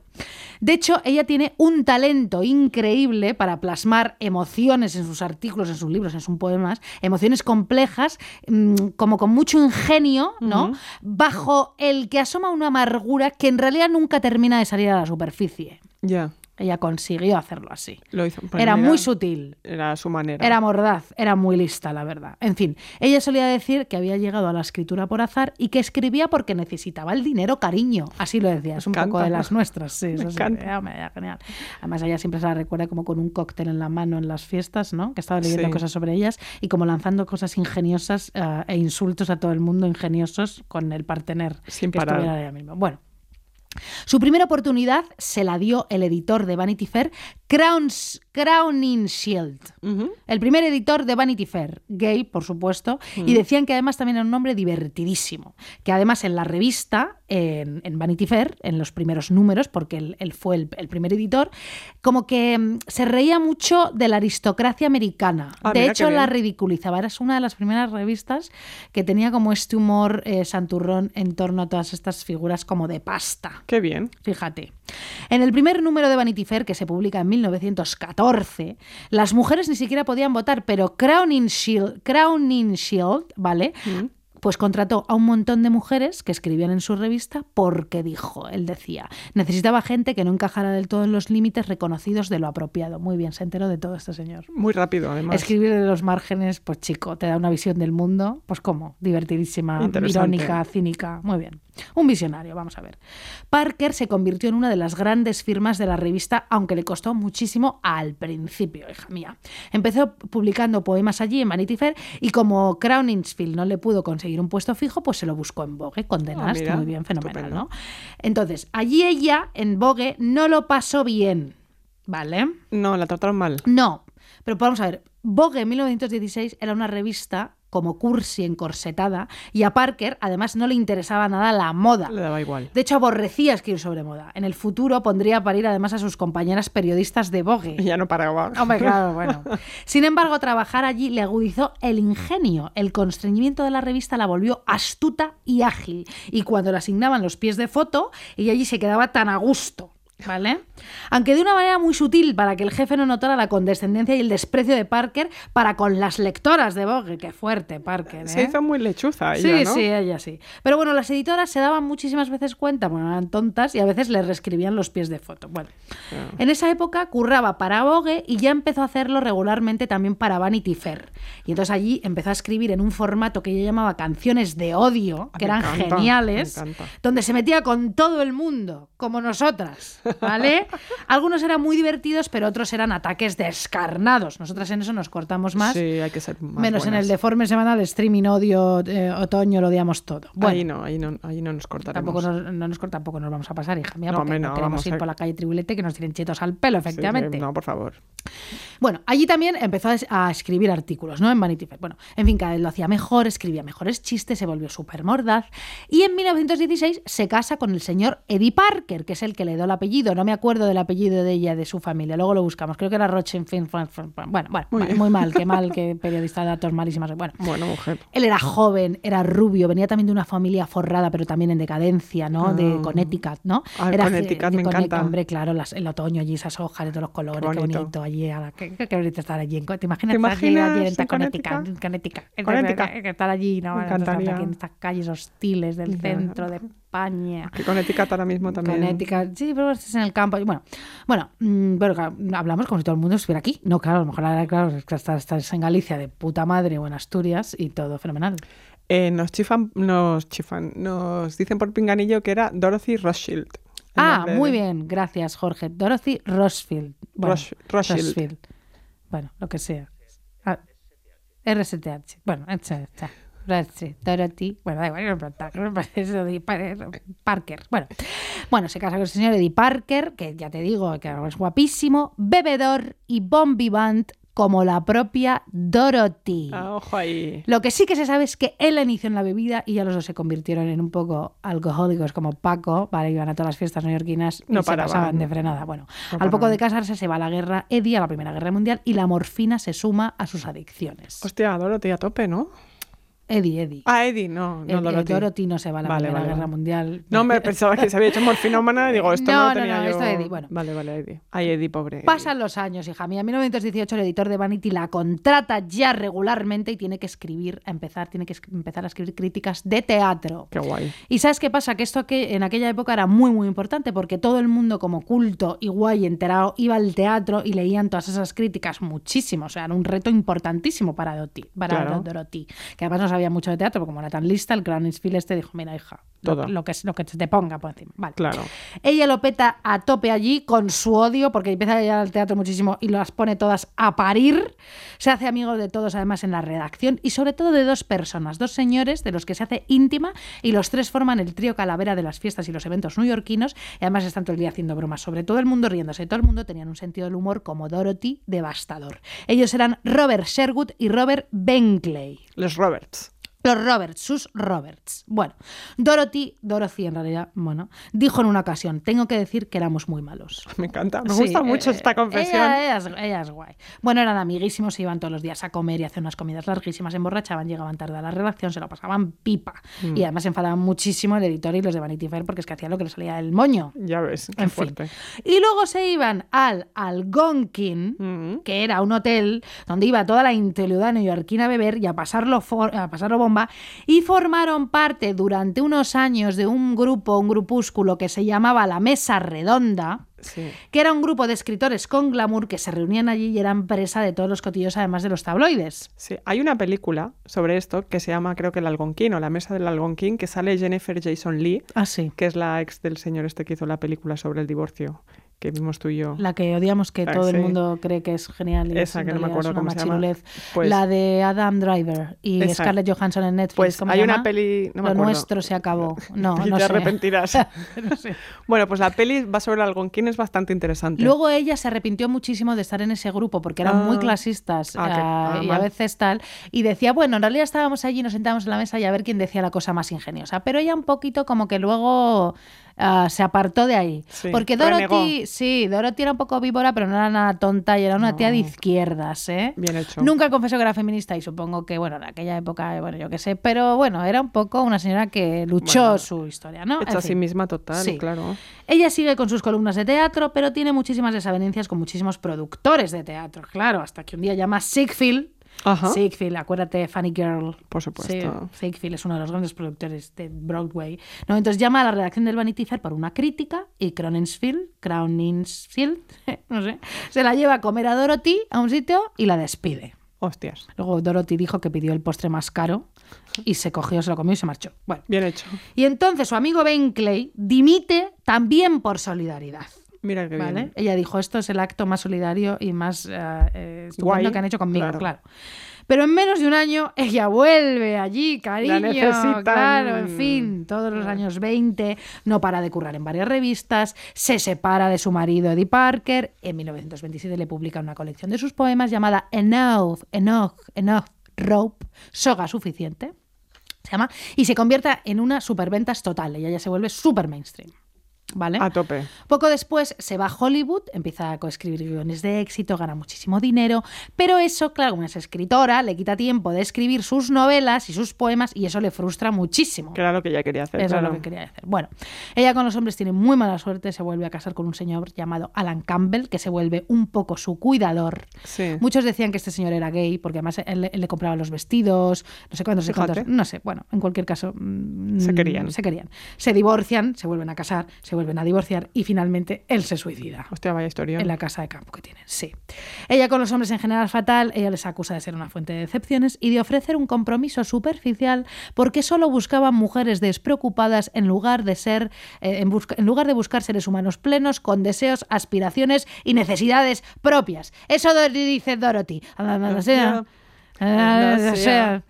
S3: de hecho, ella tiene un talento increíble para plasmar emociones en sus artículos, en sus libros, en sus poemas, emociones complejas, mm, como con mucho ingenio, ¿no? Bajo el que asoma una amargura que en realidad nunca termina de salir a la superficie.
S4: Ya.
S3: Ella consiguió hacerlo así.
S4: Lo hizo. Pues
S3: Era
S4: mira,
S3: muy sutil.
S4: Era su manera.
S3: Era mordaz, era muy lista, la verdad. En fin, ella solía decir que había llegado a la escritura por azar y que escribía porque necesitaba el dinero, cariño. Así lo decía, es un
S4: encanta.
S3: poco de las nuestras. Sí, eso sí,
S4: encanta.
S3: era- era genial. Además, ella siempre se la recuerda como con un cóctel en la mano en las fiestas, ¿no? Que estaba leyendo
S4: Sí.
S3: cosas sobre ellas y como lanzando cosas ingeniosas eh, e insultos a todo el mundo ingeniosos con el partener
S4: Sin
S3: que
S4: parar.
S3: estuviera ella misma. Bueno. Su primera oportunidad se la dio el editor de Vanity Fair, Crowns Crowning Shield,
S4: Ujú.
S3: el primer editor de Vanity Fair, gay, por supuesto,
S4: Mm.
S3: y decían que además también era un nombre divertidísimo, que además en la revista, en, en Vanity Fair, en los primeros números, porque él, él fue el, el primer editor, como que mm, se reía mucho de la aristocracia americana.
S4: Ah,
S3: de
S4: mira
S3: hecho,
S4: qué
S3: la
S4: bien.
S3: ridiculizaba. Era una de las primeras revistas que tenía como este humor eh, santurrón en torno a todas estas figuras como de pasta.
S4: Qué bien.
S3: Fíjate. En el primer número de Vanity Fair, que se publica en 1914, las mujeres ni siquiera podían votar, pero Crowning Shield, Crowning Shield ¿vale? Pues contrató a un montón de mujeres que escribían en su revista porque dijo, él decía, necesitaba gente que no encajara del todo en los límites reconocidos de lo apropiado. Muy bien, se enteró de todo este señor.
S4: Muy rápido, además.
S3: Escribir de los márgenes, pues chico, te da una visión del mundo, pues cómo, divertidísima,
S4: Interesante.
S3: irónica, cínica, muy bien. Un visionario, vamos a ver. Parker se convirtió en una de las grandes firmas de la revista, aunque le costó muchísimo al principio, hija mía. Empezó publicando poemas allí en Vanity Fair y como Crowningsfield no le pudo conseguir un puesto fijo, pues se lo buscó en Vogue, con The
S4: Ah,
S3: Nast,
S4: mira,
S3: muy bien, fenomenal,
S4: estupendo.
S3: ¿no? Entonces, allí ella, en Vogue, no lo pasó bien, ¿vale?
S4: No, la trataron mal.
S3: No, pero vamos a ver. Vogue en 1916 era una revista como cursi encorsetada y a Parker además no le interesaba nada la moda.
S4: Le daba igual.
S3: De hecho, aborrecía escribir sobre moda. En el futuro pondría a parir además a sus compañeras periodistas de Vogue.
S4: Y ya no paraba.
S3: Hombre, claro, bueno. Sin embargo, trabajar allí le agudizó el ingenio. El constreñimiento de la revista la volvió astuta y ágil. Y cuando le asignaban los pies de foto, ella allí se quedaba tan a gusto. ¿Vale? Aunque de una manera muy sutil para que el jefe no notara la condescendencia y el desprecio de Parker para con las lectoras de Vogue. Qué fuerte, Parker. ¿eh?
S4: Se hizo muy lechuza
S3: Sí,
S4: ella, ¿no?
S3: sí, ella sí. Pero bueno, las editoras se daban muchísimas veces cuenta, bueno, eran tontas y a veces les reescribían los pies de foto. Bueno,
S4: Ah.
S3: en esa época curraba para Vogue y ya empezó a hacerlo regularmente también para Vanity Fair. Y entonces allí empezó a escribir en un formato que yo llamaba canciones de odio,
S4: Ah,
S3: que
S4: me
S3: eran
S4: encanta,
S3: geniales,
S4: me encanta.
S3: donde se metía con todo el mundo, como nosotras, ¿vale? Algunos eran muy divertidos, pero otros eran ataques descarnados. Nosotras en eso nos cortamos más.
S4: Sí, hay que ser más
S3: Menos en
S4: buenas.
S3: el deforme semanal, streaming odio, eh, otoño, lo odiamos todo. Bueno,
S4: Ahí no, ahí no, ahí no nos cortaremos.
S3: tampoco, nos, no nos, cor- tampoco nos vamos a pasar, hija mía,
S4: No,
S3: porque
S4: hombre,
S3: no,
S4: no,
S3: queremos
S4: vamos
S3: ir
S4: a-
S3: por la calle tribulete que nos tiren chetos al pelo,
S4: Sí, sí,
S3: efectivamente.
S4: no, por favor.
S3: Bueno, allí también empezó a, es- a escribir artículos, ¿no? En Vanity Fair. Bueno, en fin, cada vez lo hacía mejor, escribía mejores chistes, se volvió súper mordaz. Y en 1916 se casa con el señor Eddie Parker, que es el que le dio el apellido. No me acuerdo del apellido de ella, de su familia. Luego lo buscamos. Creo que era Roche, en fin. fran- fran- fran- Bueno, bueno,
S4: Muy
S3: vale,
S4: bien.
S3: muy mal, qué mal, qué periodista de datos malísimas. Bueno,
S4: Bueno, mujer.
S3: Él era joven, era rubio, venía también de una familia forrada, pero también en decadencia, ¿no? De
S4: Ah.
S3: Connecticut, ¿no?
S4: Ah,
S3: era ge-
S4: Connecticut,
S3: de
S4: me encanta.
S3: Hombre, claro, las- el otoño allí, esas hojas de todos los colores, qué bonito,
S4: bonito.
S3: allí. a la- Qué, qué- qué bonito estar allí. en Co- ¿Te imaginas,
S4: ¿Te
S3: estar allí- allí
S4: imaginas
S3: en
S4: en
S3: Connecticut?
S4: Connecticut?
S3: En Connecticut. En
S4: Connecticut.
S3: Connecticut, Estar allí, ¿no?
S4: Me
S3: Entonces,
S4: encantaría.
S3: aquí en estas calles hostiles del
S4: Ya.
S3: centro de España.
S4: Que Connecticut ahora mismo también.
S3: Connecticut, sí, pero estás en el campo. Y Bueno, bueno, mm, bueno, claro, hablamos como si todo el mundo estuviera aquí. No, claro, a lo mejor ahora, claro, es que estás, estás en Galicia de puta madre o en Asturias y todo fenomenal.
S4: Eh, nos chifan, nos chifan, nos dicen por pinganillo que era Dorothy Rothschild. el
S3: Ah,
S4: nombre
S3: muy
S4: de-
S3: bien, gracias, Jorge. Dorothy Rosfield.
S4: Rosh- Rothschild.
S3: Bueno, lo que sea. Ah, RSTH. Bueno, esa- esa. Rothschild, Dorothy. Bueno, da igual, no me importa, no me importa, eso de Par- Parker. Bueno. bueno, se casa con el señor Eddie Parker, que ya te digo que es guapísimo, bebedor y bombivant como la propia Dorothy.
S4: Ah, ojo ahí.
S3: Lo que sí que se sabe es que él la inició en la bebida y ya los dos se convirtieron en un poco alcohólicos como Paco, ¿vale? Iban a todas las fiestas neoyorquinas y
S4: No
S3: se
S4: paraban.
S3: pasaban de frenada. Bueno,
S4: No
S3: al poco
S4: paraban.
S3: de casarse se va a la guerra Eddie, a la Primera Guerra Mundial, y la morfina se suma a sus adicciones.
S4: Hostia, Dorothy a tope, ¿no?
S3: Eddie, Eddie.
S4: Ah, Eddie, no, no
S3: Ed-
S4: Dorothy.
S3: Dorothy. no se va a la
S4: Vale,
S3: Primera
S4: vale,
S3: Guerra
S4: vale.
S3: Mundial.
S4: No, me pensaba que se había hecho morfina humana y digo, esto
S3: No,
S4: no,
S3: no,
S4: lo tenía
S3: no,
S4: yo.
S3: esto Eddie, bueno.
S4: Vale, vale, Eddie. Ay, Eddie, pobre. Eddie.
S3: Pasan los años, hija mía. En 1918 el editor de Vanity la contrata ya regularmente y tiene que escribir, a empezar, tiene que es- empezar a escribir críticas de teatro.
S4: Qué guay.
S3: Y sabes qué pasa, que esto aqu- en aquella época era muy muy importante porque todo el mundo como culto y guay enterado iba al teatro y leían todas esas críticas muchísimo, o sea, era un reto importantísimo para Dorothy, para
S4: Claro.
S3: Dorothy, que además no sabía sabía mucho de teatro, pero como era tan lista, el Crowninsfield este dijo, mira, hija, lo-
S4: Todo.
S3: Lo, que, es- lo que te ponga por encima. Vale.
S4: Claro.
S3: Ella lo peta a tope allí con su odio, porque empieza a ir al teatro muchísimo y las pone todas a parir. Se hace amigos de todos, además, en la redacción y sobre todo de dos personas, dos señores de los que se hace íntima y los tres forman el trío calavera de las fiestas y los eventos neoyorquinos. Y además están todo el día haciendo bromas sobre todo el mundo, riéndose. de Todo el mundo tenían un sentido del humor como Dorothy devastador. Ellos eran Robert Sherwood y Robert Benckley.
S4: Los Roberts.
S3: Los Roberts, sus Roberts. Bueno, Dorothy, Dorothy en realidad, bueno, dijo en una ocasión, tengo que decir que éramos muy malos.
S4: Me encanta. Me
S3: Sí,
S4: gusta mucho
S3: eh,
S4: esta confesión.
S3: Ella, ella es, ella es guay. Bueno, eran amiguísimos, se iban todos los días a comer y hacían unas comidas larguísimas, se emborrachaban, llegaban tarde a la redacción, se lo pasaban pipa.
S4: Mm.
S3: Y además se enfadaban muchísimo el editor y los de Vanity Fair porque es que hacían lo que les salía del moño.
S4: Ya ves, qué
S3: En fin.
S4: fuerte.
S3: Y luego se iban al Algonquin,
S4: Mm.
S3: que era un hotel donde iba toda la intelidad neoyorquina a beber y a pasarlo, for- a pasarlo bomba, y formaron parte durante unos años de un grupo, un grupúsculo que se llamaba La Mesa Redonda
S4: Sí.
S3: que era un grupo de escritores con glamour que se reunían allí y eran presa de todos los cotillos, además de los tabloides.
S4: Sí, hay una película sobre esto que se llama, creo que El Algonquín o La Mesa del Algonquín, que sale Jennifer Jason Lee,
S3: Ah, sí.
S4: que es la ex del señor este que hizo la película sobre el divorcio, que vimos tú y yo.
S3: La que odiamos que
S4: Ah,
S3: todo
S4: sí.
S3: el mundo cree que es genial. Y
S4: Esa,
S3: es, en
S4: que no me
S3: realidad,
S4: acuerdo
S3: es una
S4: cómo se llama.
S3: machirulez.
S4: Pues-
S3: la de Adam Driver y
S4: Esa.
S3: Scarlett Johansson en Netflix.
S4: Pues
S3: ¿cómo
S4: hay
S3: se
S4: una
S3: llama?
S4: peli, no
S3: Lo
S4: me acuerdo.
S3: nuestro se acabó. No,
S4: Y
S3: no sé.
S4: te arrepentirás.
S3: No sé.
S4: Bueno, pues la peli va sobre el Algonquín, es bastante interesante.
S3: Luego ella se arrepintió muchísimo de estar en ese grupo porque eran
S4: Ah.
S3: muy clasistas
S4: Ah, que-
S3: ah,
S4: ah,
S3: y a
S4: mal.
S3: veces tal. Y decía, bueno, en realidad estábamos allí, nos sentábamos en la mesa y a ver quién decía la cosa más ingeniosa. Pero ella un poquito como que luego ah, se apartó de ahí.
S4: Sí,
S3: porque Dorothy,
S4: renegó.
S3: sí, Dorothy era un poco víbora, pero no era nada tonta y era una tía de
S4: No.
S3: izquierdas, ¿eh?
S4: Bien hecho.
S3: Nunca confesó que era feminista y supongo que, bueno, en aquella época, bueno, yo qué sé, pero bueno, era un poco una señora que luchó
S4: Bueno,
S3: su historia, ¿no?
S4: Hecha
S3: En
S4: a sí
S3: fin.
S4: misma total,
S3: Sí.
S4: claro.
S3: Ella sigue con sus columnas de teatro, pero tiene muchísimas desavenencias con muchísimos productores de teatro, claro, hasta que un día llama a Ziegfeld.
S4: Ajá.
S3: Ziegfeld, acuérdate, Funny Girl.
S4: Por supuesto.
S3: Sí, Ziegfeld es uno de los grandes productores de Broadway. No, entonces llama a la redacción del Vanity Fair para una crítica y Croningsfield, Crowningsfield, no sé, se la lleva a comer a Dorothy a un sitio y la despide.
S4: Hostias.
S3: Luego Dorothy dijo que pidió el postre más caro y se cogió, se lo comió y se marchó. Bueno,
S4: Bien hecho.
S3: y entonces su amigo Ben Clay dimite también por solidaridad.
S4: Mira qué
S3: ¿vale?
S4: bien.
S3: Ella dijo, esto es el acto más solidario y más eh, eh, estupendo
S4: Guay,
S3: que han hecho conmigo,
S4: claro.
S3: claro. Pero en menos de un año ella vuelve allí, cariño.
S4: necesitan.
S3: Claro, en fin, todos los años 20, no para de currar en varias revistas, se separa de su marido Eddie Parker, en 1927 le publica una colección de sus poemas llamada Enough, Enough, Enough, Rope, Soga Suficiente, se llama, y se convierta en una superventas total, ella ya se vuelve super mainstream. ¿Vale?
S4: A tope.
S3: Poco después se va a Hollywood, empieza a coescribir guiones de éxito, gana muchísimo dinero, pero eso, claro, una es escritora, le quita tiempo de escribir sus novelas y sus poemas y eso le frustra muchísimo.
S4: Que era lo que ella quería hacer.
S3: Eso es
S4: claro.
S3: lo que quería hacer. Bueno, ella con los hombres tiene muy mala suerte, se vuelve a casar con un señor llamado Alan Campbell, que se vuelve un poco su cuidador.
S4: Sí.
S3: Muchos decían que este señor era gay, porque además él, él le compraba los vestidos, no sé cuántos, no sé
S4: Fíjate.
S3: cuántos, no sé. Bueno, en cualquier caso, mm,
S4: Se querían.
S3: Se querían. Se divorcian, se vuelven a casar, se vuelven a divorciar y finalmente él se suicida.
S4: Hostia, vaya historia.
S3: En la casa de campo que tienen, sí. Ella con los hombres en general fatal, ella les acusa de ser una fuente de decepciones y de ofrecer un compromiso superficial porque solo buscaban mujeres despreocupadas en lugar de ser, eh, en, busca- en lugar de buscar seres humanos plenos con deseos, aspiraciones y necesidades propias. Eso do- dice Dorothy.
S4: sea. No sea.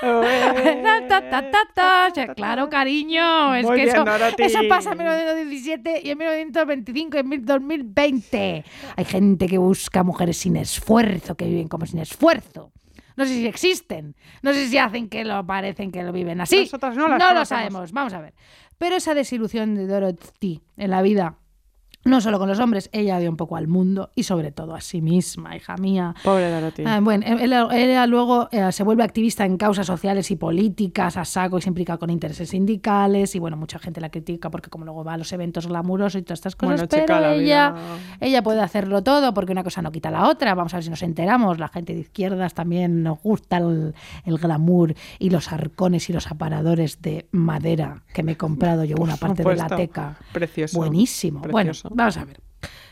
S3: Ta, ta, ta, ta, ta. O sea, Claro, cariño. Es
S4: Muy
S3: que
S4: bien,
S3: eso,
S4: Dorothy.
S3: eso pasa en 1917 y en 1925 y en 2020. Hay gente que busca mujeres sin esfuerzo, que viven como sin esfuerzo. No sé si existen. No sé si hacen que lo parecen que lo viven así.
S4: Nosotras no las
S3: lo
S4: conocemos.
S3: sabemos. Vamos a ver. Pero esa desilusión de Dorothy en la vida, no solo con los hombres, ella dio un poco al mundo y sobre todo a sí misma, hija mía.
S4: Pobre Dorothy.
S3: Ah, bueno, él- ella luego eh, se vuelve activista en causas sociales y políticas a saco y se implica con intereses sindicales y bueno, mucha gente la critica porque como luego va a los eventos glamurosos y todas estas cosas,
S4: Bueno, chica,
S3: pero
S4: la
S3: ella,
S4: vida-
S3: ella puede hacerlo todo porque una cosa no quita la otra. Vamos a ver si nos enteramos, la gente de izquierdas también nos gusta el, el glamour y los arcones y los aparadores de madera que me he comprado yo una parte de la
S4: supuesto.
S3: teca.
S4: Precioso.
S3: Buenísimo.
S4: Precioso.
S3: Bueno, vamos a ver.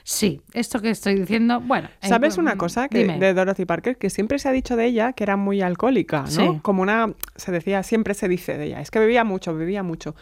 S3: Sí, esto que estoy diciendo, bueno. en-
S4: ¿Sabes una cosa que,
S3: dime.
S4: de Dorothy Parker? Que siempre se ha dicho de ella que era muy alcohólica, ¿no?
S3: Sí.
S4: Como una. Se decía, siempre se dice de ella, es que bebía mucho, bebía mucho.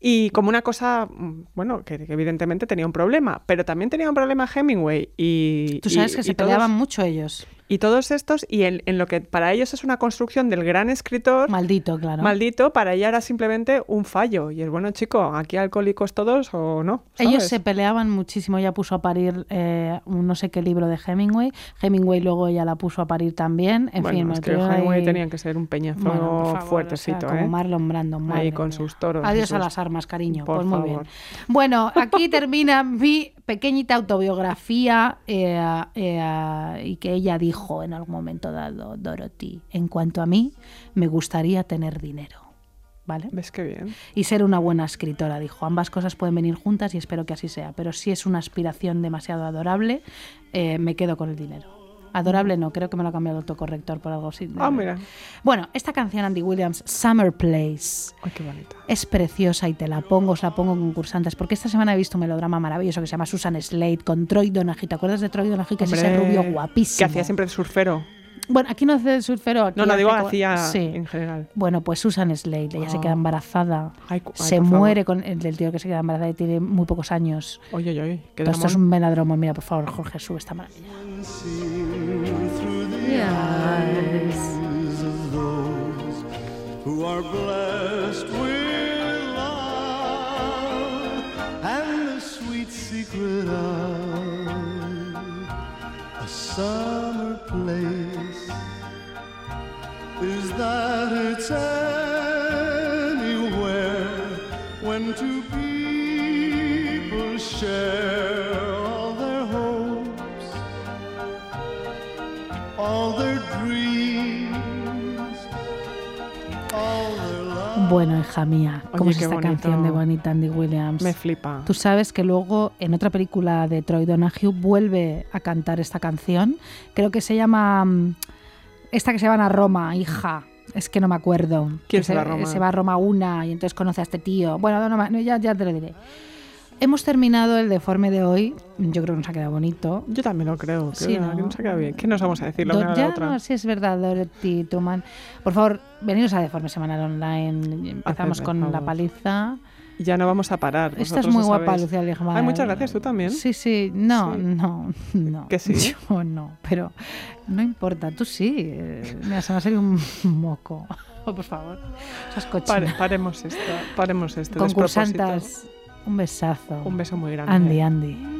S4: Y como una cosa, mm, bueno, que, que evidentemente tenía un problema, pero también tenía un problema Hemingway. Y,
S3: Tú sabes
S4: y-
S3: que
S4: y
S3: se
S4: todos-
S3: peleaban mucho ellos.
S4: Y todos estos, y en, en lo que para ellos es una construcción del gran escritor.
S3: Maldito, claro.
S4: Maldito, para ella era simplemente un fallo. Y es bueno, chico, aquí alcohólicos todos o no.
S3: Ellos
S4: ¿sabes?
S3: se peleaban muchísimo, ella puso a parir eh, un no sé qué libro de Hemingway, Hemingway luego ella la puso a parir también, en
S4: bueno,
S3: fin,
S4: es
S3: me
S4: que
S3: tuve
S4: Hemingway
S3: ahí-
S4: tenía que ser un peñazo
S3: Bueno, por favor,
S4: fuertecito,
S3: o sea, como
S4: ¿eh?
S3: Marlon Brando, madre
S4: Ahí con
S3: mía.
S4: sus toros. y
S3: Adiós a
S4: sus-
S3: las armas, cariño.
S4: Por
S3: pues muy bien.
S4: favor.
S3: Bueno, aquí termina mi pequeñita autobiografía eh, eh, y que ella dijo en algún momento dado, Dorothy, en cuanto a mí, me gustaría tener dinero. ¿Vale?
S4: ¿Ves qué bien?
S3: Y ser una buena escritora, dijo. Ambas cosas pueden venir juntas y espero que así sea. Pero si es una aspiración demasiado adorable, eh, me quedo con el dinero. Adorable no, creo que me lo ha cambiado el autocorrector por algo así.
S4: Ah, mira.
S3: Bueno, esta canción Andy Williams, Summer Place.
S4: Ay, qué bonita.
S3: Es preciosa y te la pongo, os la pongo en concursantes, porque esta semana he visto un melodrama maravilloso que se llama Susan Slade con Troy Donaghy. ¿Te acuerdas de Troy Donaghy? Que es ese
S4: Hombre,
S3: rubio guapísimo.
S4: Que hacía siempre de surfero.
S3: Bueno, aquí no hace el surfero. Aquí
S4: No, no digo,
S3: hace como-
S4: hacía
S3: Sí.
S4: en general.
S3: Bueno, pues Susan Slade, ella se
S4: Ah.
S3: queda embarazada.
S4: Ay, cu- ay,
S3: se
S4: por favor.
S3: muere con el del tío que se queda embarazada y tiene muy pocos años.
S4: Oye, oye, oye. Qué
S3: Pero esto es
S4: dramón.
S3: un melodrama. Mira, por favor, Jorge, sube esta maravilla.
S7: of those who are blessed with love and the sweet secret of a summer place is that it's anywhere when two people share all their hopes all their dreams, all their love.
S3: Bueno, hija mía,
S4: Oye,
S3: ¿cómo es
S4: qué
S3: esta
S4: bonito.
S3: canción de Bonita Andy Williams?
S4: Me flipa.
S3: Tú sabes que luego en otra película de Troy Donahue vuelve a cantar esta canción. Creo que se llama. mm, Esta que se van a Roma, hija. Es que no me acuerdo.
S4: ¿Quién
S3: Que
S4: se va a Roma?
S3: Se va a Roma una y entonces conoce a este tío. Bueno, no, no, ya, ya te lo diré. Hemos terminado el deforme de hoy. Yo creo que nos ha quedado bonito.
S4: Yo también lo creo. Que,
S3: Sí,
S4: que
S3: ¿no?
S4: nos ha quedado bien. ¿Qué nos vamos a decir la
S3: Do-
S4: una a
S3: ya,
S4: la otra?
S3: no, sí es verdad, Dorothy Tuman. Por favor, veniros a Deforme Semanal Online. Empezamos
S4: Hacedme,
S3: con
S4: por
S3: la
S4: favor.
S3: paliza.
S4: Ya no vamos a parar.
S3: Estás
S4: vosotros
S3: muy
S4: lo
S3: guapa,
S4: sabéis.
S3: Lucía Ligmar.
S4: Ay, muchas gracias. ¿Tú también?
S3: Sí, sí. No,
S4: Sí.
S3: no, no.
S4: ¿Que sí?
S3: Yo no, pero no importa. Tú sí. Eh, Mira, se me ha salido un moco. Oh, por favor. Esas
S4: Pare-
S3: cochinas.
S4: paremos esto. Paremos este despropósito.
S3: Concursantas, un besazo.
S4: Un beso muy grande.
S3: Andy, Andy.